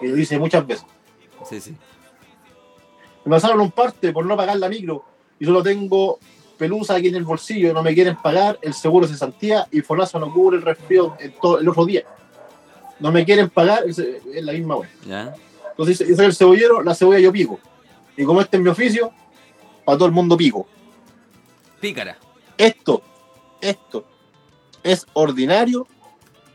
Speaker 3: Y lo dice muchas veces.
Speaker 4: Sí, sí.
Speaker 3: Me pasaron un parte por no pagar la micro y solo tengo pelusa aquí en el bolsillo, no me quieren pagar, el seguro se santía y Fonazo no cubre el resfriado en todo- el otro día. No me quieren pagar, es, es la misma wea.
Speaker 4: Ya,
Speaker 3: Entonces dice, yo soy el cebollero, la cebolla yo pico. Y como este es mi oficio, para todo el mundo pico.
Speaker 4: pícara.
Speaker 3: Esto, esto, ¿es ordinario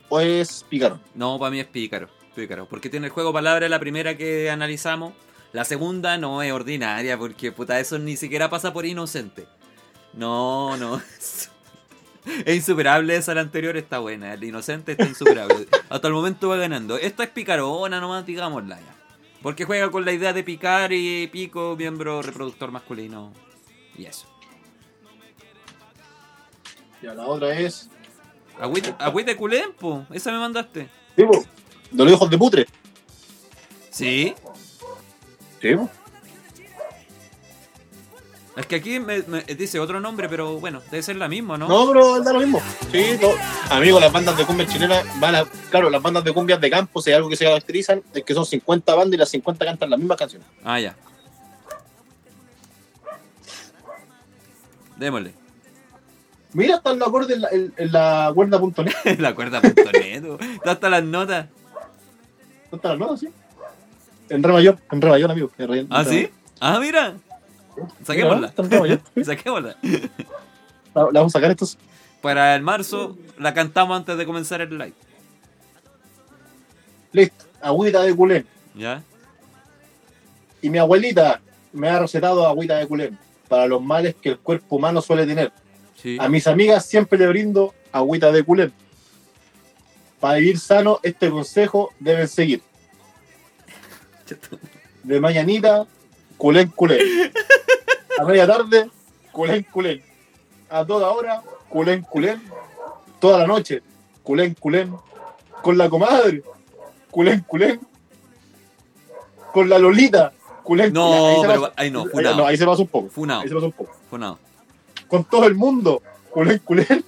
Speaker 3: o es picarón?
Speaker 4: No, para mí es pícaro. Pícaro. Porque tiene el juego palabra la primera que analizamos. La segunda no es ordinaria, porque puta, eso ni siquiera pasa por inocente. No, no. Es insuperable esa, la anterior está buena. El inocente está insuperable. Hasta el momento va ganando. Esta es picarona nomás, digámosla ya. Porque juega con la idea de picar y pico, miembro reproductor masculino. Y eso.
Speaker 3: Ya, la otra es...
Speaker 4: Agüita, agüita culén, po. Esa me mandaste.
Speaker 3: Tipo, de los hijos de putre.
Speaker 4: Sí.
Speaker 3: Tipo.
Speaker 4: Es que aquí me, me dice otro nombre, pero bueno, debe ser la misma, ¿no?
Speaker 3: No, pero da lo mismo. Sí, no. Amigo, las bandas de cumbia chilena van a... Claro, las bandas de cumbias de campo, si hay algo que se caracterizan, es que son 50 bandas y las 50 cantan las mismas canciones.
Speaker 4: Ah, ya. Démosle.
Speaker 3: Mira, está el acorde en la, en, en la cuerda.net.
Speaker 4: la cuerda punto net, bo. Está hasta las notas.
Speaker 3: ¿No está la nota, sí? En re mayor, en re mayor, amigo. en re- en
Speaker 4: ¿Ah,
Speaker 3: re
Speaker 4: sí? Ah, mira.
Speaker 3: Mira,
Speaker 4: Saquémosla.
Speaker 3: Ah, está en re mayor.
Speaker 4: Saquémosla.
Speaker 3: La, la vamos a sacar estos.
Speaker 4: Para el marzo la cantamos antes de comenzar el live.
Speaker 3: Listo, agüita de culén.
Speaker 4: ¿Ya?
Speaker 3: Y mi abuelita me ha recetado agüita de culén para los males que el cuerpo humano suele tener.
Speaker 4: Sí.
Speaker 3: A mis amigas siempre le brindo agüita de culén. Para vivir sano, este consejo deben seguir. De mañanita, culén, culén. A media tarde, culén, culén. A toda hora, culén, culén. Toda la noche, culén, culén. Con la comadre, culén, culén. Con la lolita, culén,
Speaker 4: No,
Speaker 3: culén. Ahí se
Speaker 4: pero
Speaker 3: pasa-
Speaker 4: ahí no,
Speaker 3: ahí-
Speaker 4: funado.
Speaker 3: ahí se pasa un poco.
Speaker 4: Funado.
Speaker 3: Ahí se pasa un poco
Speaker 4: Funado.
Speaker 3: con todo el mundo, culén, culén.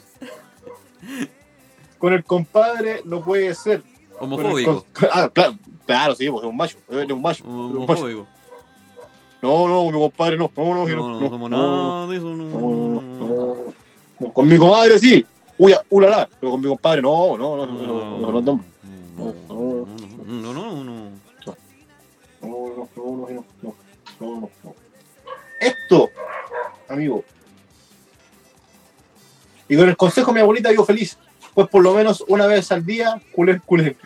Speaker 3: Con el compadre no puede ser. Con el
Speaker 4: Homofóbico.
Speaker 3: con- ah, claro, claro, sí, porque es un macho, es un macho. es un macho.
Speaker 4: Homofóbico.
Speaker 3: No, no, mi compadre no, no, no,
Speaker 4: No,
Speaker 3: no,
Speaker 4: no,
Speaker 3: no,
Speaker 4: como
Speaker 3: no,
Speaker 4: nada de eso, no,
Speaker 3: no,
Speaker 4: no,
Speaker 3: no,
Speaker 4: no, no.
Speaker 3: no, no. Con mi compadre sí, uy, ulala, pero con mi compadre no, no, no, no, no, no, no, no, no, no, no,
Speaker 4: No, no, no.
Speaker 3: no, no, no, no, no, no. Esto amigo. Y con el consejo de mi abuelita vivo feliz, pues por lo menos una vez al día, culé, culé.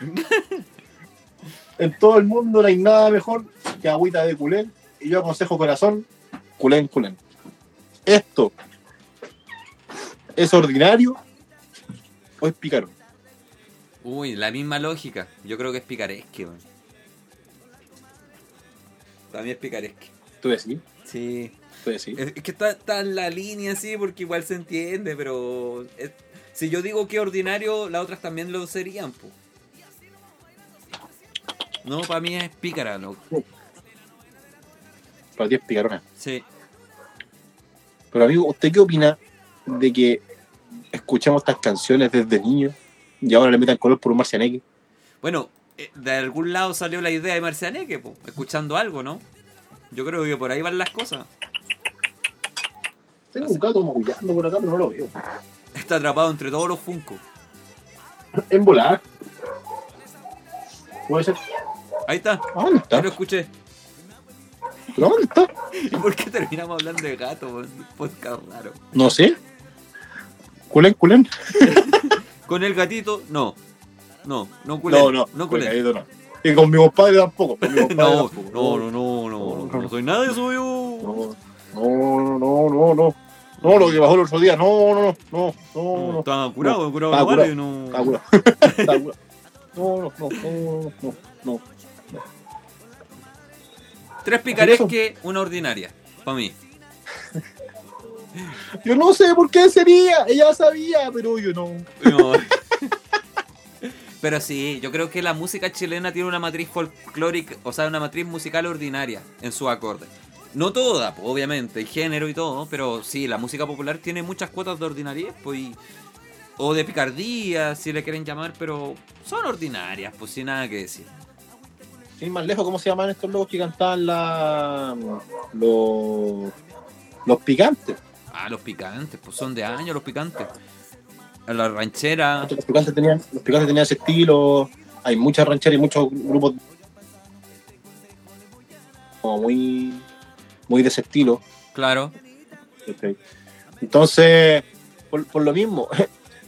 Speaker 3: en todo el mundo no hay nada mejor que agüita de culé. Y yo aconsejo corazón, culé, culé. Esto es ordinario o es picarón.
Speaker 4: Uy, la misma lógica. Yo creo que es picaresque, weón. Para mí es picaresque.
Speaker 3: Tú decís,
Speaker 4: Sí.
Speaker 3: tú decís.
Speaker 4: Es, es que está, está en la línea, sí, porque igual se entiende, pero. es- si yo digo que ordinario, las otras también lo serían, po. No, para mí es pícara, loco.
Speaker 3: Para ti es picarona.
Speaker 4: Sí.
Speaker 3: Pero amigo, ¿usted qué opina de que escuchamos estas canciones desde niño y ahora le metan color por un marcianeque?
Speaker 4: Bueno, eh, de algún lado salió la idea de Marcianeque, po, escuchando algo, ¿no? Yo creo que por ahí van las cosas.
Speaker 3: Tengo un gato maullando por acá, pero no lo veo.
Speaker 4: Está atrapado entre todos los Funko.
Speaker 3: En volar. Puede ser.
Speaker 4: Ahí está,
Speaker 3: ¿A dónde
Speaker 4: ya
Speaker 3: Ah, está?
Speaker 4: lo escuché.
Speaker 3: ¿Pero dónde está?
Speaker 4: ¿Y por qué terminamos hablando de gato? po? Un Podcast raro.
Speaker 3: No sé. Culen, culen.
Speaker 4: Con el gatito, no. No, no culé.
Speaker 3: No, no.
Speaker 4: No
Speaker 3: con el
Speaker 4: culé.
Speaker 3: gatito no. Y con mi compadre tampoco. Con mi compadre
Speaker 4: No,
Speaker 3: tampoco.
Speaker 4: no, no, no, no, no, no soy nada de eso yo.
Speaker 3: No, no, no, no, no. No, lo que bajó el otro día. No, no, no, no,
Speaker 4: No,
Speaker 3: no.
Speaker 4: Estaba curado, curado,
Speaker 3: Estaba
Speaker 4: no
Speaker 3: curado,
Speaker 4: vale, no.
Speaker 3: Está curado. Está curado. No, no, no, no, no, no.
Speaker 4: Tres picaresque, una ordinaria, para mí.
Speaker 3: Yo no sé por qué sería. Ella sabía, pero yo no.
Speaker 4: No. Pero sí, yo creo que la música chilena tiene una matriz folclórica, o sea, una matriz musical ordinaria en su acorde. No toda, po, obviamente, el género y todo, pero sí, la música popular tiene muchas cuotas de ordinariedad, pues, y- o de picardía, si le quieren llamar, pero son ordinarias, pues sin nada que decir.
Speaker 3: Sin ir más lejos, ¿cómo se llaman estos locos que cantaban la. los. los picantes?
Speaker 4: Ah, los picantes, pues son de años los picantes. La ranchera,
Speaker 3: Los picantes tenían, los picantes tenían ese estilo. Hay muchas rancheras y muchos grupos. como muy. muy de ese estilo.
Speaker 4: claro.
Speaker 3: Ok. Entonces, por, por lo mismo.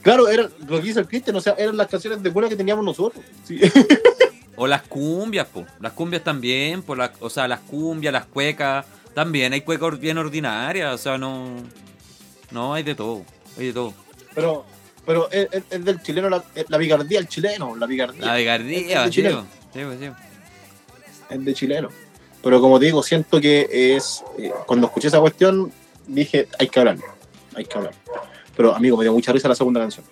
Speaker 3: Claro, era lo que dice el Cristian, o sea, eran las canciones de cuna que teníamos nosotros. Sí.
Speaker 4: O las cumbias, po. Las cumbias también, po. la- o sea, las cumbias, las cuecas. También hay cuecas or- bien ordinarias, o sea, no. No, hay de todo. Hay de todo.
Speaker 3: Pero, pero es, es- es del chileno, la, es la picardía, el chileno, la picardía.
Speaker 4: La de Gardía,
Speaker 3: de
Speaker 4: chico.
Speaker 3: Chile.
Speaker 4: Sí, pues, sí.
Speaker 3: es de chileno. Pero como te digo, siento que es. eh, cuando escuché esa cuestión, dije, hay que hablar, hay que hablar. Pero, amigo, me dio mucha risa la segunda canción.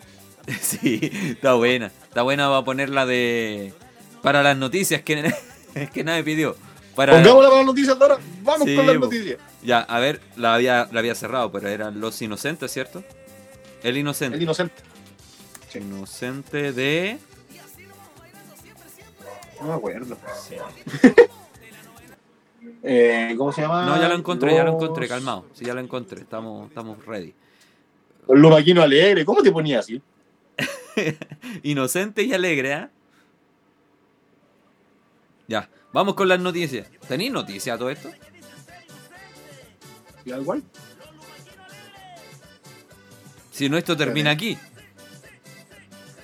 Speaker 4: Sí, está buena. Está buena, va a poner la de. Para las noticias, que, que nadie pidió. Para,
Speaker 3: Pongámosla para las noticias, Dora. Vamos
Speaker 4: Sí,
Speaker 3: con las
Speaker 4: po.
Speaker 3: noticias.
Speaker 4: ya, a ver, la había, la había cerrado, pero eran los inocentes, ¿cierto? El inocente.
Speaker 3: El inocente. sí.
Speaker 4: Inocente de.
Speaker 3: No me acuerdo. Eh, ¿Cómo se llama?
Speaker 4: No, ya lo encontré, ya lo
Speaker 3: Los-
Speaker 4: encontré, calmado. Sí, ya lo encontré, estamos, estamos ready.
Speaker 3: Los Lumaquino Alegre. ¿Cómo te ponías así?
Speaker 4: Inocente y alegre, ¿ah? Ya, vamos con las noticias. ¿Tenéis noticias a todo esto?
Speaker 3: Igual, igual.
Speaker 4: Si no, esto termina aquí.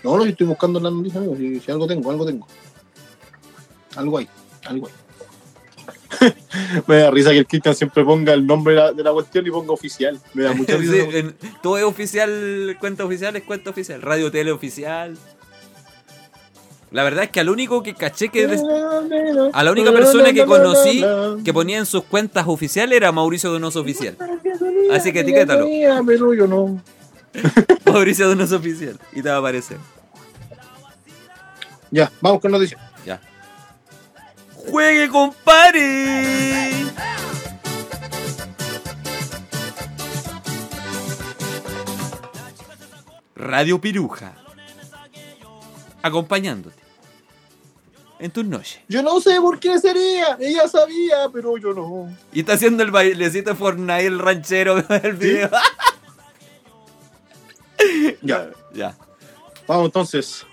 Speaker 3: No, no, yo estoy buscando las noticias, amigo. Si, si algo tengo, algo tengo. Algo hay, algo hay. Me da risa que el Cristian siempre ponga el nombre de la, de la cuestión y ponga oficial. Me da mucha risa.
Speaker 4: Sí, en- todo es oficial, cuenta oficial es cuenta oficial. Radio Tele oficial. La verdad es que al único que caché que, des- a la única persona que conocí que ponía en sus cuentas oficiales era Mauricio Donoso Oficial. Así que etiquétalo.
Speaker 3: Pero yo no.
Speaker 4: Mauricio Donoso Oficial. Y te va a aparecer.
Speaker 3: Ya, vamos con noticias.
Speaker 4: Ya. ¡Juegue, compadre! Radio Piruja. Acompañándote. En tus noches.
Speaker 3: Yo no sé por qué sería. Ella sabía, pero yo no.
Speaker 4: Y está haciendo el bailecito Fortnite el ranchero del video.
Speaker 3: Ya,
Speaker 4: ya.
Speaker 3: vamos entonces.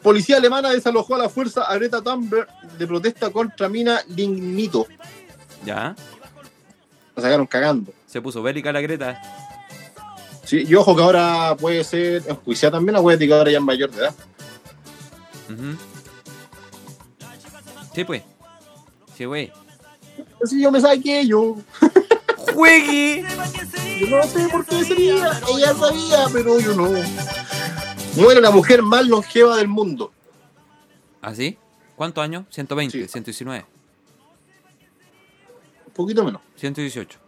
Speaker 3: Policía alemana desalojó a la fuerza a Greta Thunberg de protesta contra mina lignito.
Speaker 4: Ya.
Speaker 3: La sacaron cagando.
Speaker 4: Se puso bélica la Greta.
Speaker 3: Sí, y ojo que ahora puede ser enjuiciada también la wea de que ahora ya es mayor de edad.
Speaker 4: Ujú. Sí, pues. Sí, pues. güey.
Speaker 3: Si yo me saqué, yo.
Speaker 4: ¡Juegue!
Speaker 3: Yo no sé por qué sería. Ella sabía, pero yo no. Muere la mujer más longeva del mundo.
Speaker 4: ¿Así? ¿Cuántos años? 120,
Speaker 3: Sí.
Speaker 4: 119,
Speaker 3: Un poquito menos.
Speaker 4: 118.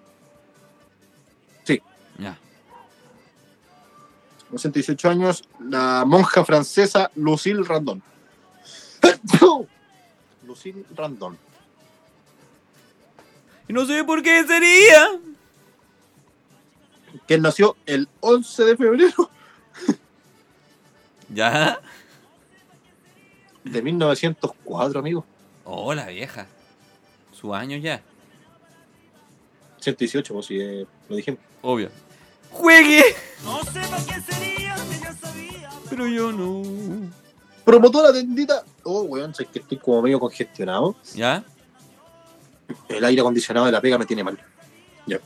Speaker 3: Sí.
Speaker 4: Ya.
Speaker 3: Con 118 años, la monja francesa Lucille Randon. Lucille Randon.
Speaker 4: Y no sé por qué sería.
Speaker 3: Que nació el 11 de febrero
Speaker 4: ¿Ya?
Speaker 3: de 1904, amigo.
Speaker 4: Oh, la vieja. Su año ya.
Speaker 3: 118, pues si eh, lo dijimos.
Speaker 4: Obvio. ¡Juegue!
Speaker 2: No sé por qué sería que yo sabía.
Speaker 4: Pero yo no.
Speaker 3: Promotora tendita. Oh, weón, sé que estoy como medio congestionado.
Speaker 4: ¿Ya?
Speaker 3: El aire acondicionado de la pega me tiene mal. Ya.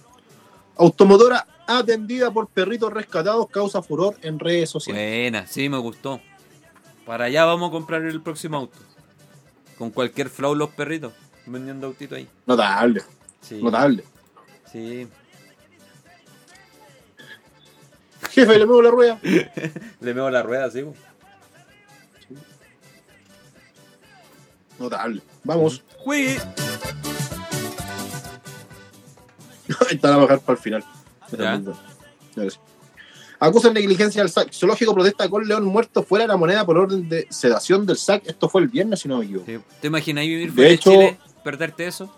Speaker 3: Automotora atendida por perritos rescatados causa furor en redes sociales.
Speaker 4: Buena, sí, me gustó. Para allá vamos a comprar el próximo auto. Con cualquier flow los perritos. Vendiendo autito ahí.
Speaker 3: Notable,
Speaker 4: Sí.
Speaker 3: notable.
Speaker 4: Sí.
Speaker 3: Jefe, le muevo la rueda.
Speaker 4: Le veo la rueda, sí. po.
Speaker 3: Notable. Vamos.
Speaker 4: Juegue.
Speaker 3: Está la bajar para el final.
Speaker 4: Ya.
Speaker 3: Ya que sí. Acusan negligencia al SAC. Zoológico protesta con león muerto fuera de la moneda por orden de sedación del SAC. Esto fue el viernes, si no me equivoco.
Speaker 4: Sí. ¿Te imaginas vivir
Speaker 3: De
Speaker 4: fuera de,
Speaker 3: hecho-
Speaker 4: Chile? ¿Perderte eso?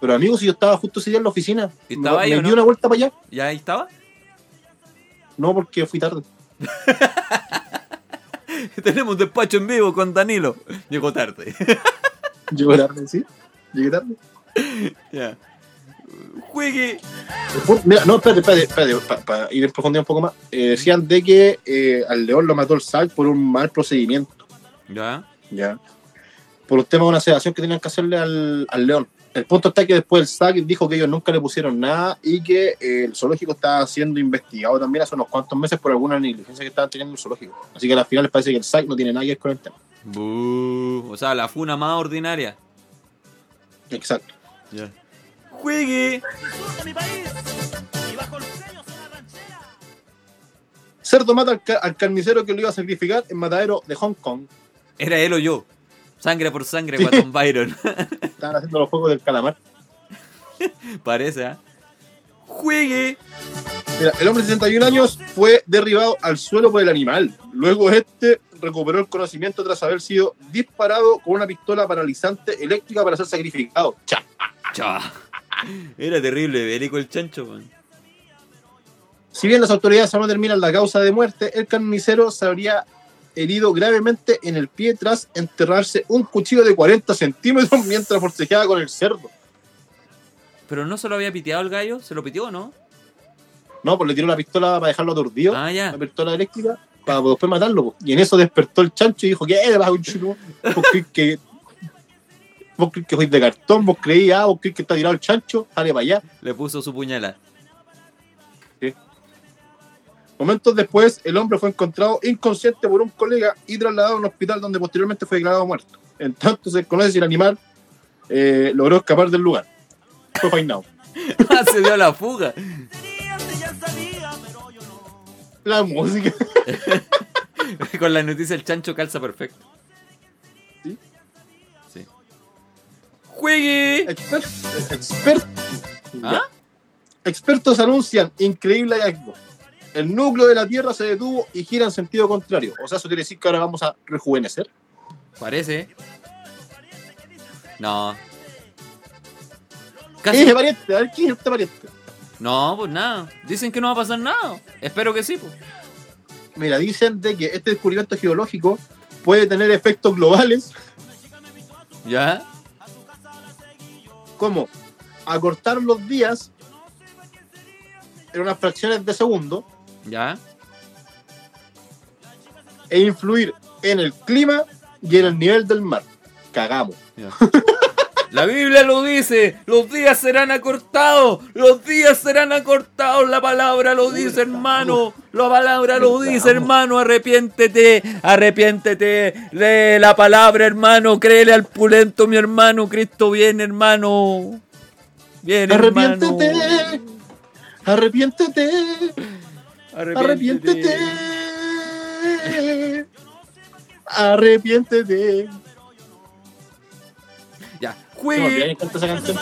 Speaker 3: Pero amigo, si yo estaba justo ese día en la oficina,
Speaker 4: ¿Y estaba
Speaker 3: me,
Speaker 4: ahí
Speaker 3: me
Speaker 4: o
Speaker 3: di
Speaker 4: no?
Speaker 3: una vuelta para allá.
Speaker 4: ¿Ya ahí estaba?
Speaker 3: No, porque fui tarde.
Speaker 4: Tenemos despacho en vivo con Danilo. Llegó tarde.
Speaker 3: Llegué tarde, sí. Llegué tarde.
Speaker 4: ya. Juegue.
Speaker 3: Mira, no, espérate, espérate, espérate, para ir en profundidad un poco más. Eh, decían de que eh, al león lo mató el SAC por un mal procedimiento,
Speaker 4: Ya.
Speaker 3: ya. Por un tema de una sedación que tenían que hacerle al, al león. El punto está que después el SAC dijo que ellos nunca le pusieron nada y que eh, el zoológico está siendo investigado también hace unos cuantos meses por alguna negligencia que estaban teniendo el zoológico. Así que al final les parece que el SAC no tiene nada que ver con el tema.
Speaker 4: Bu. O sea, la funa más ordinaria.
Speaker 3: Exacto.
Speaker 4: Ya. Juegue.
Speaker 2: Disfruta mi país. Y bajo los sellos en la ranchera.
Speaker 3: Cerdo mata al, ca- al carnicero que lo iba a sacrificar en matadero de Hong Kong.
Speaker 4: Era él o yo. Sangre por sangre, Guatón Byron.
Speaker 3: Estaban haciendo los juegos del calamar.
Speaker 4: Parece, ¿ah? ¡Juegue!
Speaker 3: Mira, el hombre de 61 años fue derribado al suelo por el animal. Luego este recuperó el conocimiento tras haber sido disparado con una pistola paralizante eléctrica para ser sacrificado. Cha.
Speaker 4: Chao. Era terrible, bélico el chancho, man.
Speaker 3: Si bien las autoridades aún no terminan la causa de muerte, el carnicero se habría herido gravemente en el pie tras enterrarse un cuchillo de 40 centímetros mientras forcejeaba con el cerdo.
Speaker 4: Pero no se lo había piteado el gallo, ¿se lo pitió o no?
Speaker 3: No, pues le tiró la pistola para dejarlo aturdido,
Speaker 4: Ah, ya.
Speaker 3: la pistola eléctrica, para después matarlo. po. Y en eso despertó el chancho y dijo, ¿qué eres, bajo un chulo? ¿Vos creís que, vos creís que sois de cartón? ¿Vos creís, ah, vos creís que está tirado el chancho? Sale para allá.
Speaker 4: Le puso su puñalada.
Speaker 3: Momentos después, el hombre fue encontrado inconsciente por un colega y trasladado a un hospital donde posteriormente fue declarado muerto. En tanto, se conoce si el animal eh, logró escapar del lugar. Fue fainado.
Speaker 4: Ah, se dio a la fuga.
Speaker 2: Sería que ya sabía, pero yo no.
Speaker 3: La música.
Speaker 4: Con la noticia el chancho calza perfecto.
Speaker 3: ¿Sí?
Speaker 4: Sí. ¡Juegue!
Speaker 3: Expert, expert-
Speaker 4: ¿Ah?
Speaker 3: Expertos anuncian increíble hallazgo. El núcleo de la Tierra se detuvo y gira en sentido contrario. O sea, eso quiere decir que ahora vamos a rejuvenecer.
Speaker 4: Parece. No.
Speaker 3: ¿Quién
Speaker 4: Casi.
Speaker 3: es el pariente? A ver, ¿quién es este pariente?
Speaker 4: No, pues nada. Dicen que no va a pasar nada. Espero que sí, pues.
Speaker 3: Mira, dicen de que este descubrimiento geológico puede tener efectos globales
Speaker 4: ¿Ya?
Speaker 3: como acortar los días en unas fracciones de segundo
Speaker 4: ¿Ya?
Speaker 3: e influir en el clima y en el nivel del mar. Cagamos.
Speaker 4: Ya. La Biblia lo dice, los días serán acortados, los días serán acortados, la palabra lo dice hermano, la palabra lo dice hermano, arrepiéntete, arrepiéntete, lee la palabra hermano, créele al pulento mi hermano, Cristo viene hermano, viene hermano,
Speaker 3: Arrepiéntete. Arrepiéntete. Arrepiéntete. Arrepiéntete.
Speaker 4: Ya,
Speaker 3: Se me olvidó
Speaker 4: juegue,
Speaker 3: que canta esa canción.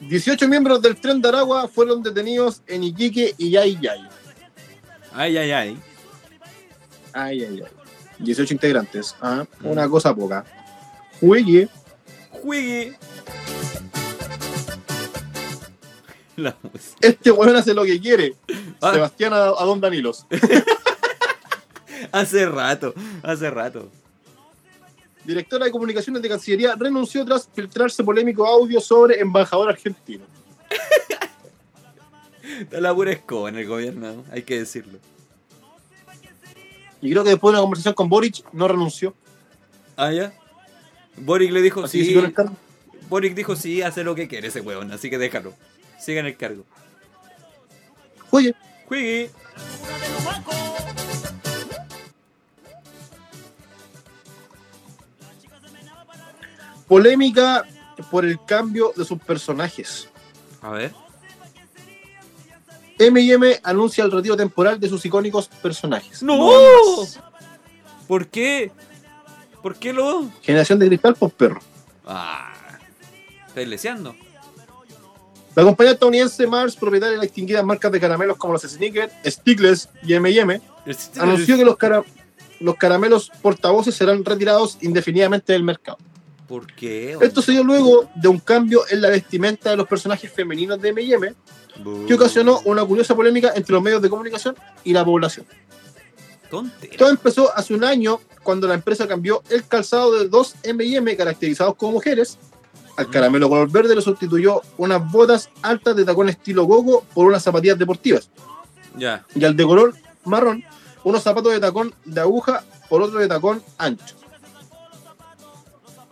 Speaker 2: Yo
Speaker 3: 18 miembros del tren de Aragua fueron detenidos en Iquique y Yay Yay.
Speaker 4: ay, ay, ay,
Speaker 3: Ay, ay, ay. 18 integrantes. Ah, una cosa poca. Juegue.
Speaker 4: juegue. La música.
Speaker 3: Este weón hace lo que quiere.
Speaker 4: Ah.
Speaker 3: Sebastián a, a Don Danilos.
Speaker 4: Hace rato, hace rato.
Speaker 3: Directora de comunicaciones de Cancillería renunció tras filtrarse polémico audio sobre embajador argentino.
Speaker 4: Está la pura escoba en el gobierno, hay que decirlo.
Speaker 3: Y creo que después de una conversación con Boric, no renunció.
Speaker 4: Ah, ya. Boric le dijo,
Speaker 3: Así que
Speaker 4: sí.
Speaker 3: siguió en el cargo.
Speaker 4: Boric dijo, sí, hace lo que quiere ese huevón, así que déjalo. Siga en el cargo.
Speaker 3: Oye,
Speaker 4: Juegue.
Speaker 3: polémica por el cambio de sus personajes.
Speaker 4: A ver.
Speaker 3: M&M anuncia el retiro temporal de sus icónicos personajes.
Speaker 4: ¡No!
Speaker 3: hay más.
Speaker 4: ¿Por qué? ¿Por qué lo?
Speaker 3: Generación de cristal, por perro.
Speaker 4: Ah. ¿Estáis leseando?
Speaker 3: La compañía estadounidense Mars, propietaria de las distinguidas marcas de caramelos como los Snickers, Stickles y M&M, anunció que los, cara- los caramelos portavoces serán retirados indefinidamente del mercado.
Speaker 4: ¿Por qué?
Speaker 3: Esto se dio luego de un cambio en la vestimenta de los personajes femeninos de M&M, que ocasionó una curiosa polémica entre los medios de comunicación y la población.
Speaker 4: Tontera.
Speaker 3: Todo empezó hace un año cuando la empresa cambió el calzado de dos M&M caracterizados como mujeres al caramelo color verde lo sustituyó unas botas altas de tacón estilo gogo por unas zapatillas deportivas
Speaker 4: Ya.
Speaker 3: y al de color marrón unos zapatos de tacón de aguja por otro de tacón ancho.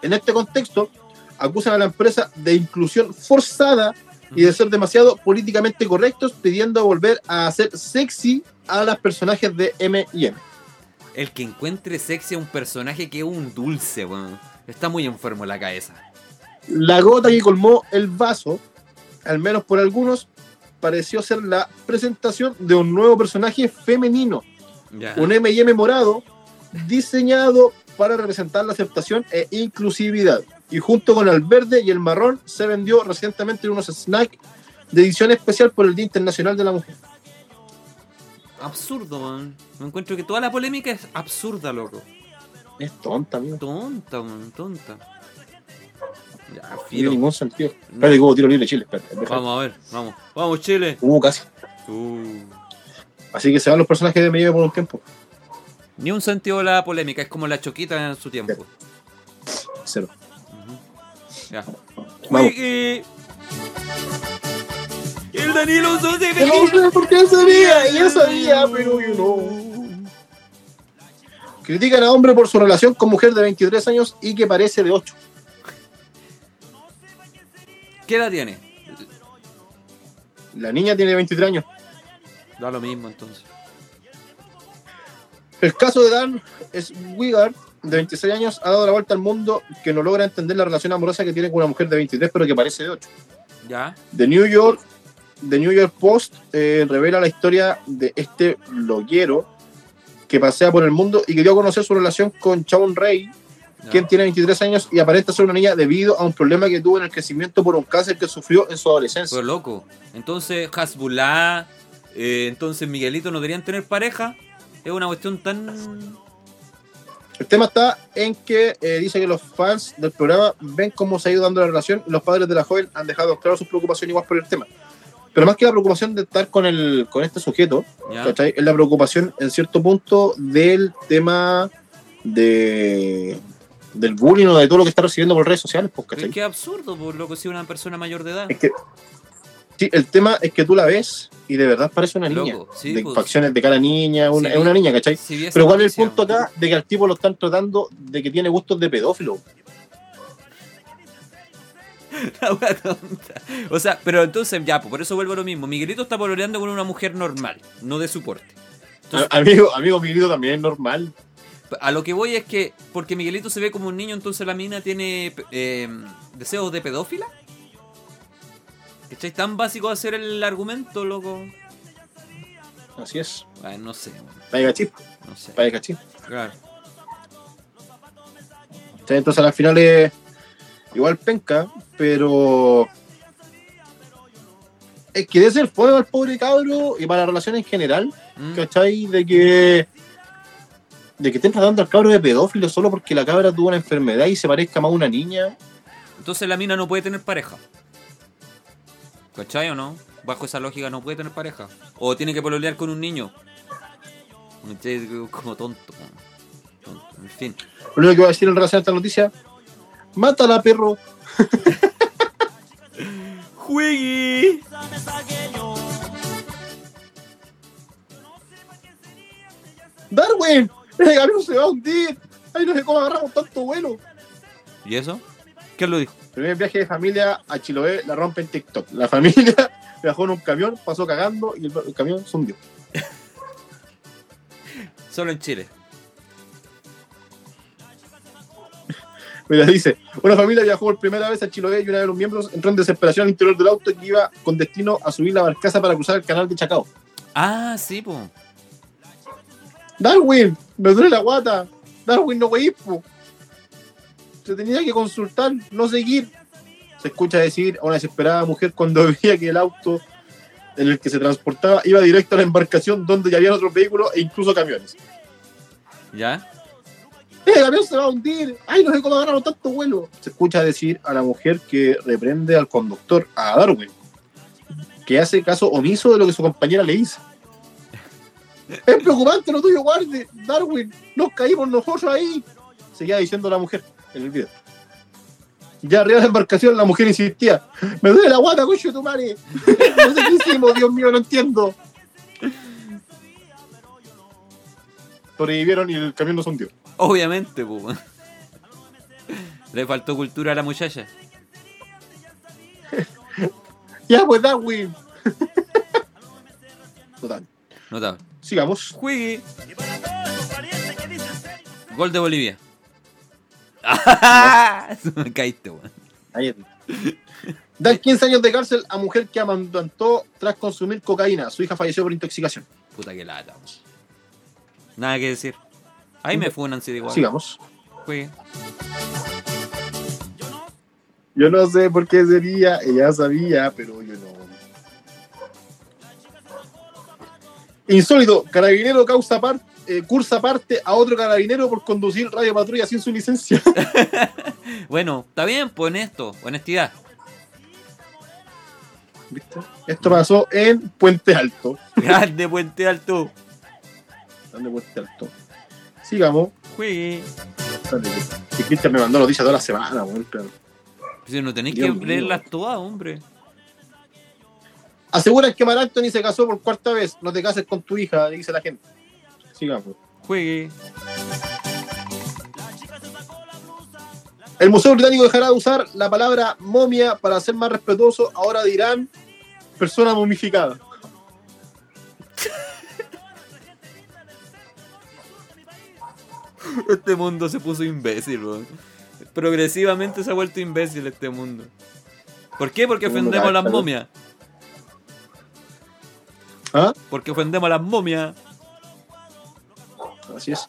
Speaker 3: En este contexto acusan a la empresa de inclusión forzada y de ser demasiado políticamente correctos pidiendo volver a hacer sexy a las personajes de M&M.
Speaker 4: El que encuentre sexy a un personaje que es un dulce, weón. Está muy enfermo en la cabeza.
Speaker 3: La gota que colmó el vaso, al menos por algunos, pareció ser la presentación de un nuevo personaje femenino,
Speaker 4: Ya.
Speaker 3: un MM morado, diseñado para representar la aceptación e inclusividad. Y junto con el verde y el marrón se vendió recientemente en unos snacks de edición especial por el Día Internacional de la Mujer.
Speaker 4: Absurdo, man. Me encuentro que toda la polémica es absurda, loco.
Speaker 3: Es tonta, amigo.
Speaker 4: Tonta, man, tonta. Ya,
Speaker 3: No tiene
Speaker 4: filo.
Speaker 3: ningún sentido. Espérate, que hubo tiro libre Chile. Espérate, déjame.
Speaker 4: Vamos a ver, vamos. Vamos, Chile.
Speaker 3: Hubo casi.
Speaker 4: Uh.
Speaker 3: Así que se van los personajes de MM por un tiempo.
Speaker 4: Ni un sentido de la polémica, es como la choquita en su tiempo.
Speaker 3: Cero.
Speaker 4: Ya.
Speaker 3: Vamos.
Speaker 4: Wiki. El Danilo Sosa
Speaker 3: Yo no sé por qué sabía, yo sabía, pero yo no. Critican a hombre por su relación con mujer de 23 años y que parece de 8.
Speaker 4: ¿Qué edad tiene?
Speaker 3: La niña tiene 23 años.
Speaker 4: Da lo mismo entonces.
Speaker 3: El caso de Dan es Wigard, de 26 años, ha dado la vuelta al mundo que no logra entender la relación amorosa que tiene con una mujer de 23, pero que parece de 8.
Speaker 4: ¿Ya?
Speaker 3: The New York, The New York Post eh, revela la historia de este bloguero que pasea por el mundo y que dio a conocer su relación con Shawn Ray,
Speaker 4: ya.
Speaker 3: quien tiene 23 años y aparenta ser una niña debido a un problema que tuvo en el crecimiento por un cáncer que sufrió en su adolescencia.
Speaker 4: Pero loco. Entonces, Hasbulá, eh, entonces Miguelito no deberían tener pareja. Es una cuestión tan.
Speaker 3: El tema está en que eh, dice que los fans del programa ven cómo se ha ido dando la relación y los padres de la joven han dejado claro su preocupación igual por el tema. Pero más que la preocupación de estar con, el, con este sujeto,
Speaker 4: ¿Ya?
Speaker 3: ¿cachai? es la preocupación en cierto punto del tema de, del bullying o de todo lo que está recibiendo por redes sociales. Pues,
Speaker 4: Pero
Speaker 3: ¿cachai?
Speaker 4: es que es absurdo, por loco, si una persona mayor de edad.
Speaker 3: Es que, Sí, el tema es que tú la ves y de verdad parece una niña.
Speaker 4: Loco, sí,
Speaker 3: de
Speaker 4: pues.
Speaker 3: facciones de cara a niña, una-
Speaker 4: Sí.
Speaker 3: es una niña, ¿cachai?
Speaker 4: Si vi esa
Speaker 3: Pero ¿cuál es el
Speaker 4: noticia,
Speaker 3: punto acá de que al tipo lo están tratando de que tiene gustos de pedófilo?
Speaker 4: La wea tonta. O sea, pero entonces ya, pues, por eso vuelvo a lo mismo. Miguelito está pololeando con una mujer normal, no de su porte. Entonces-
Speaker 3: A- amigo, amigo, mi grito también es normal.
Speaker 4: A lo que voy es que, porque Miguelito se ve como un niño, entonces la mina tiene eh, deseos de pedófila. ¿Cachai? Tan básico va a ser el argumento, loco.
Speaker 3: Así es.
Speaker 4: Ay, no sé, bueno,
Speaker 3: Vaya cachín,
Speaker 4: no sé.
Speaker 3: vaya cachín.
Speaker 4: Claro.
Speaker 3: ¿Cachai? Entonces a las finales igual penca, pero es que es el fuego al pobre cabro y para la relación en general,
Speaker 4: Mm,
Speaker 3: ¿cachai? De que de que estén tratando al cabro de pedófilo solo porque la cabra tuvo una enfermedad y se parezca más a una niña.
Speaker 4: Entonces la mina no puede tener pareja. ¿Cachai o no? Bajo esa lógica no puede tener pareja. O tiene que pololear con un niño. ¿Cachai? Como tonto. como tonto. En fin.
Speaker 3: Lo único que voy a decir en relación a esta noticia, mátala perro.
Speaker 4: ¡Juegui!
Speaker 3: Darwin, el avión se va a hundir. Ay, no sé cómo agarramos tanto vuelo.
Speaker 4: ¿Y eso? ¿Quién lo dijo?
Speaker 3: Primer viaje de familia a Chiloé, la rompe en TikTok. La familia viajó en un camión, pasó cagando y el, el camión se hundió.
Speaker 4: Solo en Chile.
Speaker 3: Mira, dice, una familia viajó por primera vez a Chiloé y una de los miembros entró en desesperación al interior del auto que iba con destino a subir la barcaza para cruzar el canal de Chacao.
Speaker 4: Ah, sí, po.
Speaker 3: Darwin, me duele la guata. Darwin, no weís, po. Se tenía que consultar, no seguir. Se escucha decir a una desesperada mujer cuando veía que el auto en el que se transportaba iba directo a la embarcación donde ya habían otros vehículos e incluso camiones.
Speaker 4: ¿Ya?
Speaker 3: ¡Eh, el avión se va a hundir! ¡Ay, no sé cómo agarraron tanto vuelo! Se escucha decir a la mujer que reprende al conductor, a Darwin, que hace caso omiso de lo que su compañera le hizo. ¡Es preocupante lo tuyo, guarde! ¡Darwin, nos caímos nosotros ahí! Seguía diciendo la mujer en el video. Ya arriba de la embarcación, la mujer insistía: ¡Me duele la guata, coño, de tu madre! ¡No sé qué hicimos, Dios mío, no entiendo! Sobrevivieron y el camión no se hundió.
Speaker 4: Obviamente, po. weón. Le faltó cultura a la muchacha.
Speaker 3: Ya, pues Darwin. Total.
Speaker 4: Notable.
Speaker 3: Sigamos.
Speaker 4: Juegui.
Speaker 2: parientes que dicen serio.
Speaker 4: Gol de Bolivia. Me caíste, weón.
Speaker 3: Ahí Dan 15 años de cárcel a mujer que amamantó tras consumir cocaína. Su hija falleció por intoxicación.
Speaker 4: Puta que lata, weón. Nada que decir. Ahí me fue un ansiedad igual.
Speaker 3: Sigamos.
Speaker 4: Juegui.
Speaker 3: Yo no sé por qué sería, ella sabía, pero yo no. Insólito, carabinero causa par- eh, cursa parte a otro carabinero por conducir radio patrulla sin su licencia.
Speaker 4: Bueno, está bien, pues honesto. Honestidad.
Speaker 3: ¿Viste? Esto pasó en Puente Alto.
Speaker 4: Grande puente alto.
Speaker 3: Grande Puente Alto. Sigamos.
Speaker 4: Juegui.
Speaker 3: Espérate, que- que Cristian me mandó noticias toda la semana, weón, pero-
Speaker 4: Si no tenéis que
Speaker 3: Dios mío.
Speaker 4: leerlas todas, hombre.
Speaker 3: Aseguran que Mar Anthony se casó por cuarta vez. No te cases con tu hija, le dice la gente. pues. Sigamos.
Speaker 4: Juegui.
Speaker 3: El Museo Británico dejará de usar la palabra momia para ser más respetuoso. Ahora dirán persona momificada.
Speaker 4: Este mundo se puso imbécil, weón. Progresivamente se ha vuelto imbécil este mundo. Este ¿Por qué? Porque
Speaker 3: Uno
Speaker 4: ofendemos a las
Speaker 3: cacha, ¿no?
Speaker 4: momias.
Speaker 3: ¿Ah?
Speaker 4: Porque ofendemos a las momias.
Speaker 3: Así es.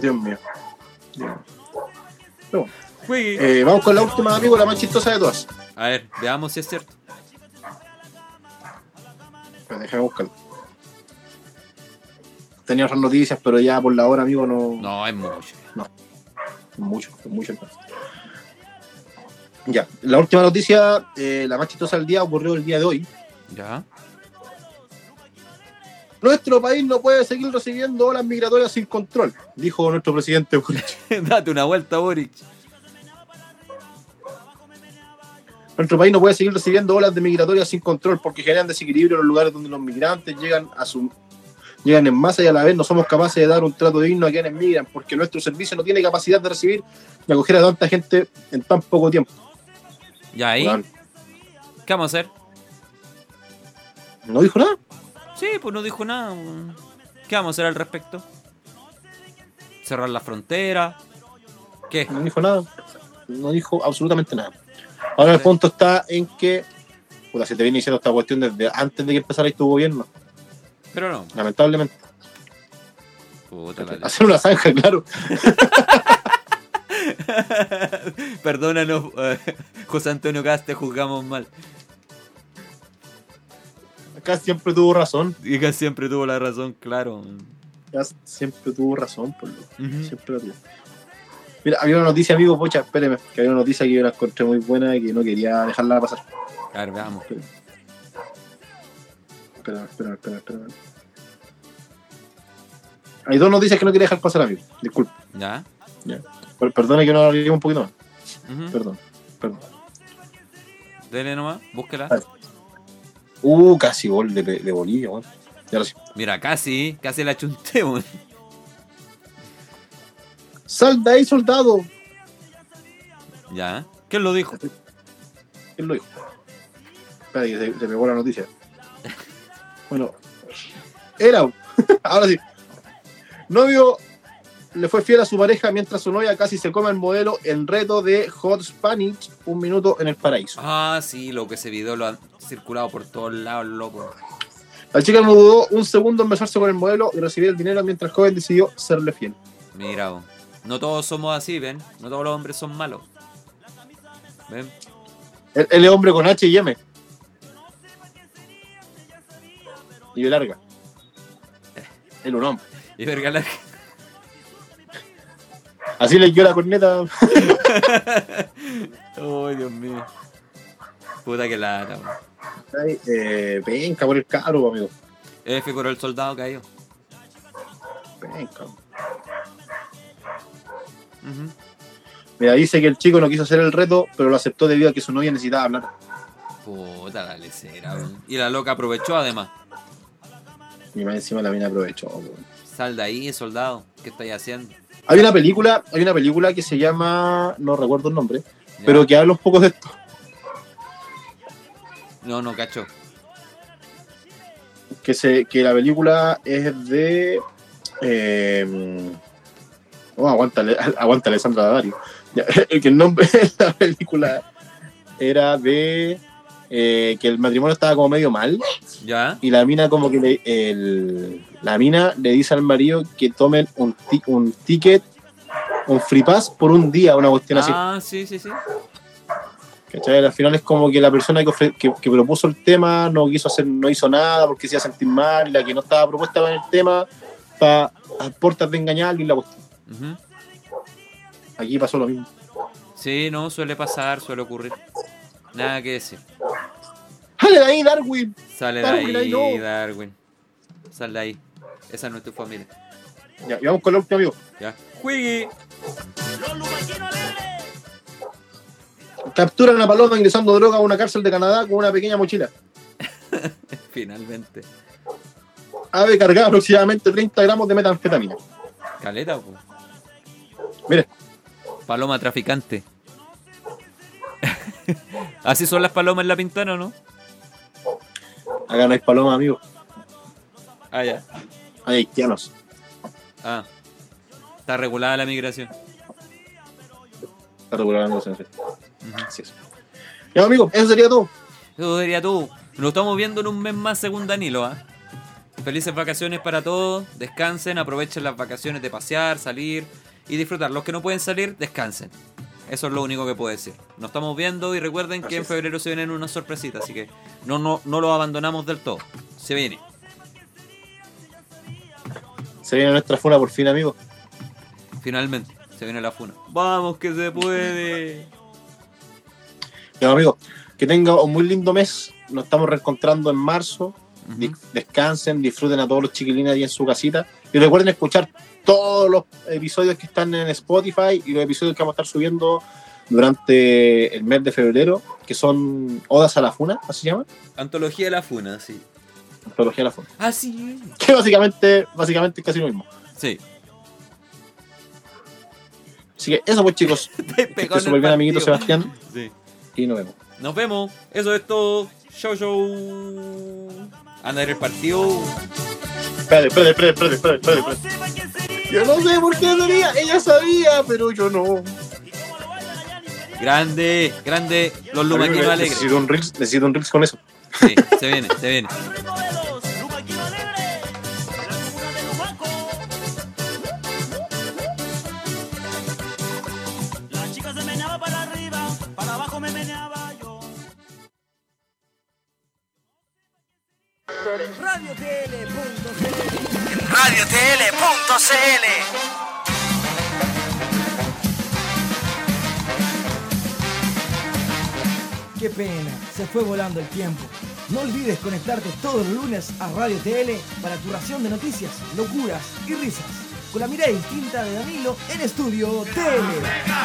Speaker 3: Dios mío.
Speaker 4: Juegue.
Speaker 3: Eh, vamos con la última, amigo, la más chistosa de todas.
Speaker 4: A ver, veamos si es cierto.
Speaker 3: Pero déjame buscarla. Tenía otras noticias, pero ya por la hora, amigo, no.
Speaker 4: No, es mucho.
Speaker 3: Mucho, mucho. Ya, la última noticia, eh, la más chistosa del día, ocurrió el día de hoy.
Speaker 4: ¿Ya?
Speaker 3: Nuestro país no puede seguir recibiendo olas migratorias sin control, dijo nuestro presidente Boric.
Speaker 4: Date una vuelta, Boric.
Speaker 3: Nuestro país no puede seguir recibiendo olas de migratorias sin control porque generan desequilibrio en los lugares donde los migrantes llegan a su llegan en masa y a la vez no somos capaces de dar un trato digno a quienes migran porque nuestro servicio no tiene capacidad de recibir y acoger a tanta gente en tan poco tiempo.
Speaker 4: Ya ahí,
Speaker 3: Weón,
Speaker 4: ¿qué vamos a hacer?
Speaker 3: No dijo nada.
Speaker 4: Sí, pues no dijo nada. weón. ¿Qué vamos a hacer al respecto? ¿Cerrar la frontera? ¿Qué?
Speaker 3: no dijo nada, no dijo absolutamente nada. Ahora el punto está en que, puta, se te viene diciendo esta cuestión desde antes de que empezara tu gobierno,
Speaker 4: Pero no.
Speaker 3: lamentablemente.
Speaker 4: Puta la
Speaker 3: Hacer una zanja, claro.
Speaker 4: Perdónanos, eh, José Antonio Cast, te juzgamos mal.
Speaker 3: Acá siempre tuvo razón,
Speaker 4: Y que siempre tuvo la razón, claro.
Speaker 3: acá siempre tuvo razón, por lo
Speaker 4: Ujú.
Speaker 3: siempre la tuvo. Mira, había una noticia, amigo, pocha, espéreme, que había una noticia que yo la encontré muy buena y que no quería dejarla pasar.
Speaker 4: A ver, veamos.
Speaker 3: Espérame, espérame, espérame, espérame. Hay dos noticias que no quería dejar pasar, amigo. Disculpe,
Speaker 4: ¿Ya?
Speaker 3: Per- perdone que no abrimos un poquito más.
Speaker 4: Ujú.
Speaker 3: Perdón, perdón.
Speaker 4: Dele nomás, búsquela.
Speaker 3: Vale. Uh, casi gol de, de Bolivia, weón. Y ahora sí.
Speaker 4: Mira, casi, casi la chunté, weón.
Speaker 3: ¡Sal de ahí, soldado!
Speaker 4: ¿Ya? ¿Quién lo dijo?
Speaker 3: Él lo dijo. Espera, que se, se pegó la noticia. Bueno, era. ahora sí. Novio le fue fiel a su pareja mientras su novia casi se come el modelo en reto de Hot Spanish, un minuto en el paraíso.
Speaker 4: Ah, sí, lo que ese video lo han circulado por todos lados, loco.
Speaker 3: La chica no dudó un segundo en besarse con el modelo y recibir el dinero mientras el joven decidió serle fiel.
Speaker 4: Mira, weón. no todos somos así, ¿ven? No todos los hombres son malos. ¿Ven?
Speaker 3: Él él es hombre con H y M. Y yo larga. Él un hombre.
Speaker 4: Y verga la-
Speaker 3: Así le dio la corneta.
Speaker 4: Oh, Dios mío. Puta que lata, weón.
Speaker 3: Ay, eh, penca por el caro, amigo.
Speaker 4: F por el soldado caído.
Speaker 3: Penca.
Speaker 4: Ujú.
Speaker 3: Mira, dice que el chico no quiso hacer el reto, pero lo aceptó debido a que su novia necesitaba hablar.
Speaker 4: Puta la lecera, weón. Y la loca aprovechó además.
Speaker 3: Y más encima la mina aprovechó. weón.
Speaker 4: Sal de ahí, soldado. ¿Qué estáis haciendo?
Speaker 3: Hay una película, hay una película que se llama, no recuerdo el nombre,
Speaker 4: Ya.
Speaker 3: pero que habla un poco de esto.
Speaker 4: No, no, cacho.
Speaker 3: Que se, que la película es de eh, oh, aguántale, aguántale Sandra Dario. Ya, que el nombre de la película era de eh, que el matrimonio estaba como medio mal.
Speaker 4: ¿Ya?
Speaker 3: y la mina como que le- el- la mina le dice al marido que tomen un, ti- un ticket, un free pass por un día, una cuestión así.
Speaker 4: Ah, sí, sí, sí.
Speaker 3: ¿cachai? Al final es como que la persona que, ofre- que- que propuso el tema no quiso hacer, no hizo nada porque se iba a sentir mal, y la que no estaba propuesta con el tema está a puertas de engañar y la cuestión.
Speaker 4: Ujú.
Speaker 3: Aquí pasó lo mismo.
Speaker 4: Sí, no, suele pasar, suele ocurrir. Nada que decir.
Speaker 3: ¡Jale de ahí, Darwin!
Speaker 4: Sale de
Speaker 3: Darwin, ahí
Speaker 4: ahí,
Speaker 3: no.
Speaker 4: Darwin. Sal de ahí. Esa no es tu familia.
Speaker 3: Ya, y vamos con el último amigo.
Speaker 4: ¿Ya? ¡Juegue!
Speaker 2: Los lupaquinos alegres.
Speaker 3: Capturan a una paloma ingresando droga a una cárcel de Canadá con una pequeña mochila.
Speaker 4: Finalmente.
Speaker 3: Ave cargada aproximadamente 30 gramos de metanfetamina.
Speaker 4: Caleta, po.
Speaker 3: Mire.
Speaker 4: Paloma traficante. Así son las palomas en la pintana, ¿o ¿no?
Speaker 3: Acá no hay paloma, amigo.
Speaker 4: Ah, ya.
Speaker 3: Hay haitianos.
Speaker 4: Ah. Está regulada la migración.
Speaker 3: Está regulada la negociación.
Speaker 4: Ujú.
Speaker 3: Así es. Ya, amigo, eso sería todo.
Speaker 4: Eso diría tú. Nos estamos viendo en un mes más según Danilo, ¿ah? Felices vacaciones para todos. Descansen, aprovechen las vacaciones de pasear, salir y disfrutar. Los que no pueden salir, descansen. Eso es lo único que puedo decir. Nos estamos viendo y recuerden que
Speaker 3: Así
Speaker 4: en
Speaker 3: es.
Speaker 4: febrero se vienen unas sorpresitas, así que no, no, no los abandonamos del todo. Se viene.
Speaker 3: Se viene nuestra funa por fin, amigo.
Speaker 4: Finalmente, se viene la funa. Vamos que se puede.
Speaker 3: Ya, amigo, que tenga un muy lindo mes. Nos estamos reencontrando en marzo.
Speaker 4: Ujú.
Speaker 3: Di- Descansen, disfruten a todos los chiquilines ahí en su casita. Y recuerden escuchar todos los episodios que están en Spotify y los episodios que vamos a estar subiendo durante el mes de febrero, que son Odas a la Funa, así se llama,
Speaker 4: Antología de la Funa, sí.
Speaker 3: Antología a la Funa,
Speaker 4: Ah, sí.
Speaker 3: que básicamente, básicamente es casi lo mismo.
Speaker 4: Sí.
Speaker 3: Así que eso pues chicos, que estés súper bien amiguito Sebastián
Speaker 4: Sí.
Speaker 3: y nos vemos.
Speaker 4: Nos vemos. Eso es todo. Show, show. Anda en el partido.
Speaker 3: Espérate, espérate, espérate, espérate, espérate, espérate,
Speaker 2: No
Speaker 3: espérate.
Speaker 2: sepa quién sería.
Speaker 3: Yo no sé por qué sabía, ella sabía, pero yo no.
Speaker 2: Y cómo lo bailan allá en Imperial.
Speaker 4: Grande, grande. Los lumaquinos alegres.
Speaker 3: Necesito un reels, necesito un reels con eso.
Speaker 4: Sí, se viene, se viene.
Speaker 2: Al ritmo de los Lumaquino Alegre. La comuna de Lumaco. La chica se meneaba para arriba, para abajo me meneaba yo.
Speaker 1: RadioTL.cl
Speaker 2: RadioTL.cl
Speaker 1: Qué pena, se fue volando el tiempo. No olvides conectarte todos los lunes a Radio TL para tu ración de noticias, locuras y risas. Con la mirada distinta de Danilo en Estudio TL.